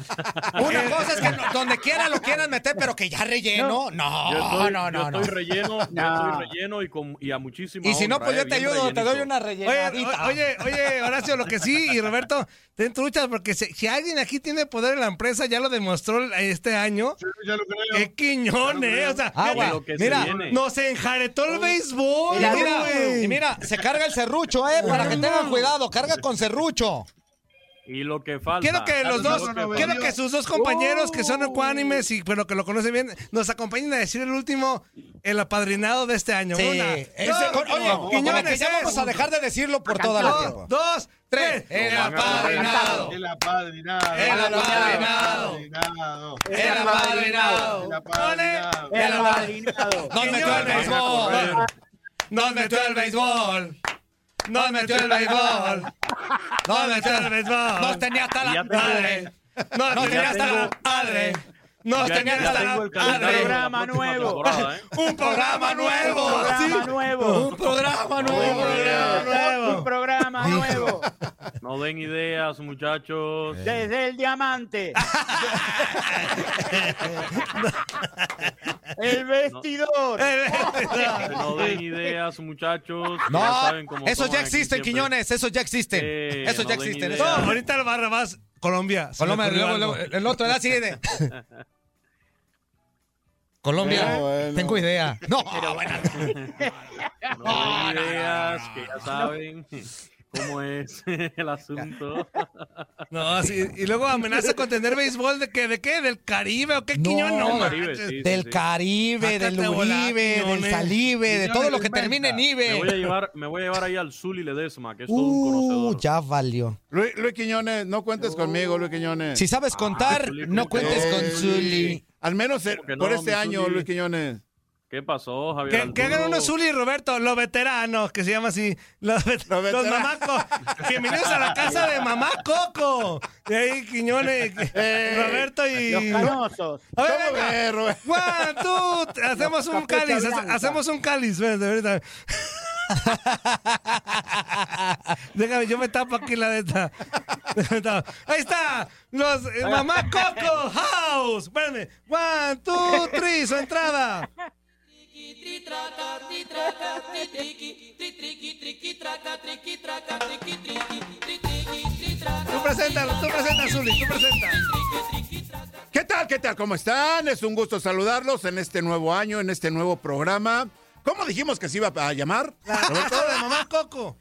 Una cosa es que no- donde quiera lo quieran meter, pero que ya relleno. No,
Yo estoy-
no,
yo
no. no.
estoy relleno, yo
No.
estoy relleno y, con, y a muchísima
Y si no,
honra,
pues
eh,
yo te
bien
ayudo, te
rellenito.
doy una
Oye,
rellenadita.
o- oye, oye, Horacio, lo que sí, y Roberto, ten truchas, porque si, si alguien aquí tiene poder en la empresa, ya lo demostró el- este año. ¡Qué quiñón,
Ya lo
eh!
creo.
O sea,
Agua,
mira,
lo que se
mira,
viene.
nos enjaretó el béisbol.
Y mira,
güey.
y mira, se carga el serrucho, eh, para que tengan cuidado, carga con serrucho.
Y lo que falta.
Quiero que los dos, quiero que sus dos compañeros que son ecuánimes y pero que lo conocen bien, nos acompañen a decir el último, el apadrinado de este año.
Sí,
Una,
ese-
dos,
con- oye,
Quiñones,
con la que ya
es.
vamos a dejar de decirlo por toda la
Dos,
tiempo.
Dos, tres. El apadrinado.
El apadrinado.
El apadrinado.
El apadrinado.
El apadrinado.
El apadrinado.
El apadrinado.
Nos metió el béisbol.
Nos metió el béisbol. Nos metió el béisbol. Nos metió el béisbol.
Nos tenía hasta la
Ya tengo-
madre.
Nos
Nos
tenía
tenía
hasta la madre. Nos
Ya-
tenía
ya
hasta
tengo
la
el calendario
madre.
de la próxima temporada, ¿eh?
Un programa nuevo.
¿Ah,
sí.
nuevo.
Un programa nuevo. Un programa nuevo.
Un programa nuevo.
No den ideas, muchachos.
Desde el diamante. el vestidor.
Eh,
No den ideas, muchachos.
No,
Ya saben cómo
esos
somos
ya
aquí
existen,
siempre.
Quiñones, esos ya existen.
Eh,
esos
no
ya
den
existen.
ideas.
esos ya-
No, ahorita lo barra más Colombia. se me
Colombia,
ocurrió
luego,
algo.
luego, el otro era así de. Colombia, tengo idea. No, bueno.
No den ideas, que ya saben cómo es el asunto.
No, sí, y luego amenaza con tener béisbol de que de qué, del Caribe o qué quiñón, no, manches.
del Caribe, del
Sácate a volar,
Uribe, del
Quiñones.
Salive, de todo lo que
Quiñones,
termine en
Me voy a
Ibe.
llevar, me voy a llevar ahí al Zuli Ledesma, que es todo un
Uh, ya valió.
Luis, Luis Quiñones, no cuentes conmigo, Luis Quiñones. Eh,
Si sabes contar, no cuentes con Zuli.
Al menos eh,
que
por
no,
este
mi
año,
Zuli?
Luis Quiñones.
¿Qué pasó, Javier?
Que, que hagan
Arturo?
uno Zuli y Roberto, los veteranos, que se llama así. Los, vet- los mamacos. Bienvenidos a la casa de mamá Coco. Y ahí Quiñones, que- Roberto y.
Los canosos.
A ver, venga. One, two, t- hacemos
Los
un
capucha
cáliz, hace-
blanca.
hacemos un cáliz. Espérate, ahorita. Déjame, yo me tapo aquí la neta. Déjame tapo. Ahí está, los eh, Mamá Coco House. Espérame. One, two, three, su entrada. Tú preséntalo, tú presentas, Zuli, tú presentas.
¿Qué tal? ¿Qué tal? ¿Cómo están? Es un gusto saludarlos en este nuevo año, en este nuevo programa. ¿Cómo dijimos que se iba a llamar? Roberto?
de Mamá Coco.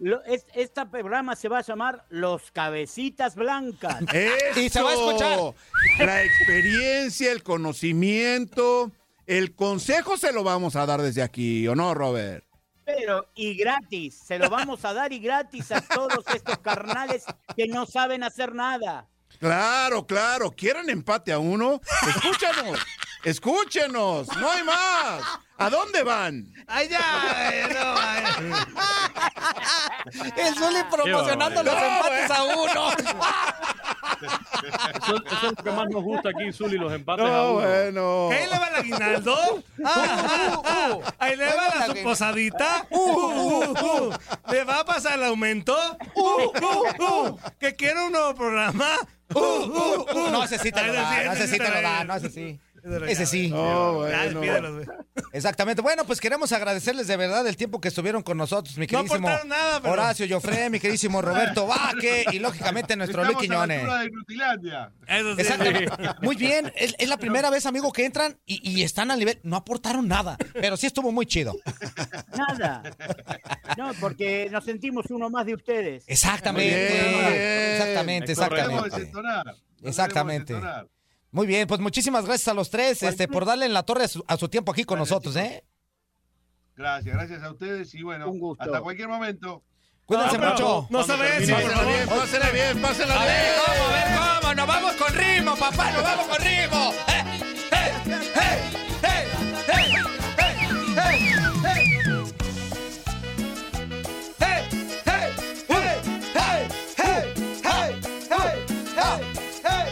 Lo- es- este programa se va a llamar Los Cabecitas Blancas.
Eso. La experiencia, el conocimiento, el consejo se lo vamos a dar desde aquí, ¿o no, Robert?
Pero y gratis, se lo vamos a dar y gratis a todos estos carnales que no saben hacer nada.
Claro, claro. ¿Quieren empate a uno? Escúchanos. Escúchenos. No hay más. ¿A dónde van?
Ay, ya, eh, no, ay.
El Zuli promocionando
Qué
los
barbaridad.
empates
eh.
a uno.
Eso, eso es lo que más nos gusta aquí, Zuli, los empates. a
No,
uno.
bueno.
¿Que ahí le va el aguinaldo? Ah, ah, ah. ¿Ahí le va la su posadita? Uh, uh, uh. ¿Le va a pasar el aumento? Uh, uh, uh. ¿Que quiere un nuevo programa? Uh, uh, uh.
No, ese sí te lo
Ay,
da,
ese
no, ese sí te lo da,
da.
no, ese sí.
lo
Ese
da,
sí.
No,
Ya,
bueno.
despídelos, güey.
Exactamente. Bueno, pues queremos agradecerles de verdad el tiempo que estuvieron con nosotros, mi queridísimo
aportaron nada, pero-
Horacio Jofre, mi queridísimo Roberto Vaque y lógicamente nuestro Luis
Estamos a la
Quiñones.
altura de Nutilandia.
Eso sí.
Exactamente. Muy bien, es, es la primera vez, amigo, que entran y, y están al nivel. No aportaron nada, pero sí estuvo muy chido.
Nada. No, porque nos sentimos uno más de ustedes.
Exactamente.
Muy bien.
Exactamente,
Es correcto.
Podemos
exactamente.
desentonar. Podemos
Exactamente.
desentonar.
Muy bien, pues muchísimas gracias a los tres este, por darle en la torre a su, a su tiempo aquí con nosotros, ¿eh?
Gracias, gracias a ustedes y bueno,
Un gusto.
hasta cualquier momento.
Cuídense
No,
mucho.
No sabes si por
Pásenla bien,
favor.
pásenla bien, pásenla
A
bien.
ver cómo, a ver cómo, nos vamos con ritmo, papá, nos vamos con ritmo. ¡Eh! ¡Eh! ¡Eh! ¡Eh! ¡Eh! ¡Eh! ¡Eh! ¡Eh! ¡Eh! ¡Eh! ¡Eh!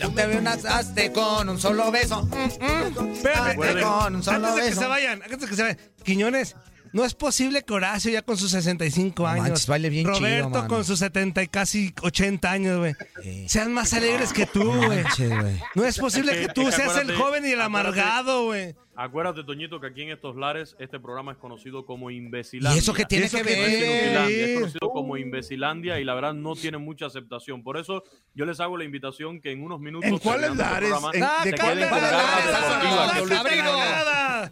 Yo te vi unas aste con un solo beso. Mm, mm.
Espérate,
Con un solo
antes de que
beso.
se vayan, antes de que se vayan. Quiñones, No es posible que Horacio ya con sus 65 años,
manches, baile bien chido,
Roberto
mano.
con sus 70 y casi 80 años, güey, sean más alegres que tú, güey. No es posible que tú seas el joven y el amargado, güey.
Acuérdate, Toñito, que aquí en estos lares este programa es conocido como Imbecilandia.
¿Y eso qué tiene que
no es
ver?
Inutilandia, Es conocido
Uh.
como Imbecilandia y la verdad no tiene mucha aceptación. Por eso yo les hago la invitación que en unos minutos.
¿En cuáles
terminando el
lares?
programa,
¿En-
Ah,
se
de cuáles
queden con
lares?
Garra Deportiva.
Ah, Luis Quiñones.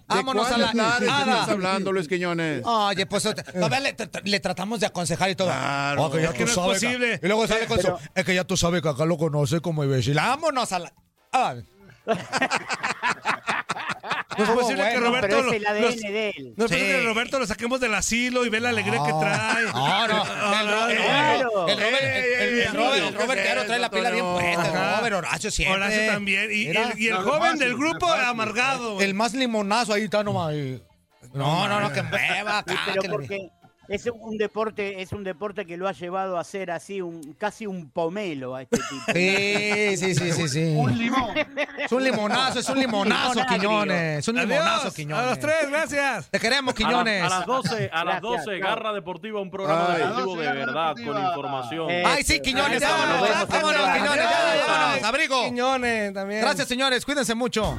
Vámonos
¿De
a la
cuáles lares estás
nada.
hablando, Luis Quiñones?
Oye, pues otra- no, vea, le, tra- tra- le tratamos de aconsejar y todo.
Claro.
Ah, que ya
Es que no
tú
es
sabes,
posible.
Y luego sale con
Pero-
su. Es que ya tú sabes que acá lo conoce como imbécil. Vámonos a la. Ah.
No es
Estuvo
posible que
Ah, bueno,
Roberto
pero es
lo,
el
los-
ADN de él.
no es
Sí.
posible que Roberto lo saquemos del asilo y ve la alegría que
No.
trae.
No, no. El Ro- el-
Claro.
el Robert- el- el- el
Ey, ey,
Robert-
ey,
el Robert
¿qué
Caro
es
trae la
eso,
pila bien
Toño?
puesta, el
Ajá.
Robert Horacio siempre.
Horacio también. Y, y
Mira.
el, y el
No, no
joven
fácil,
del
no
grupo
fácil.
amargado. güey.
El más limonazo ahí está nomás. ahí. No, no, no, que mueva
Sí,
acá.
pero
que le-
porque es un deporte, es un deporte que lo ha llevado a ser así un casi un pomelo a este tipo.
Sí, sí, sí, sí, sí.
Un limón.
Es un limonazo, es un limonazo,
Limonagrio.
Quiñones. Es un
Adiós,
limonazo,
a
Quiñones.
los
tres, gracias.
Te queremos,
A las-
Quiñones.
A, las 12, a las 12 Garra Deportiva, un programa
Ay.
deportivo de verdad, con información.
Ay, sí, Quiñones.
Ahí está,
Vámonos,
nos vemos.
vámonos, Quiñones. ya, vámonos. Abrigo.
Quiñones también.
Gracias, señores. Cuídense mucho.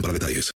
para detalles.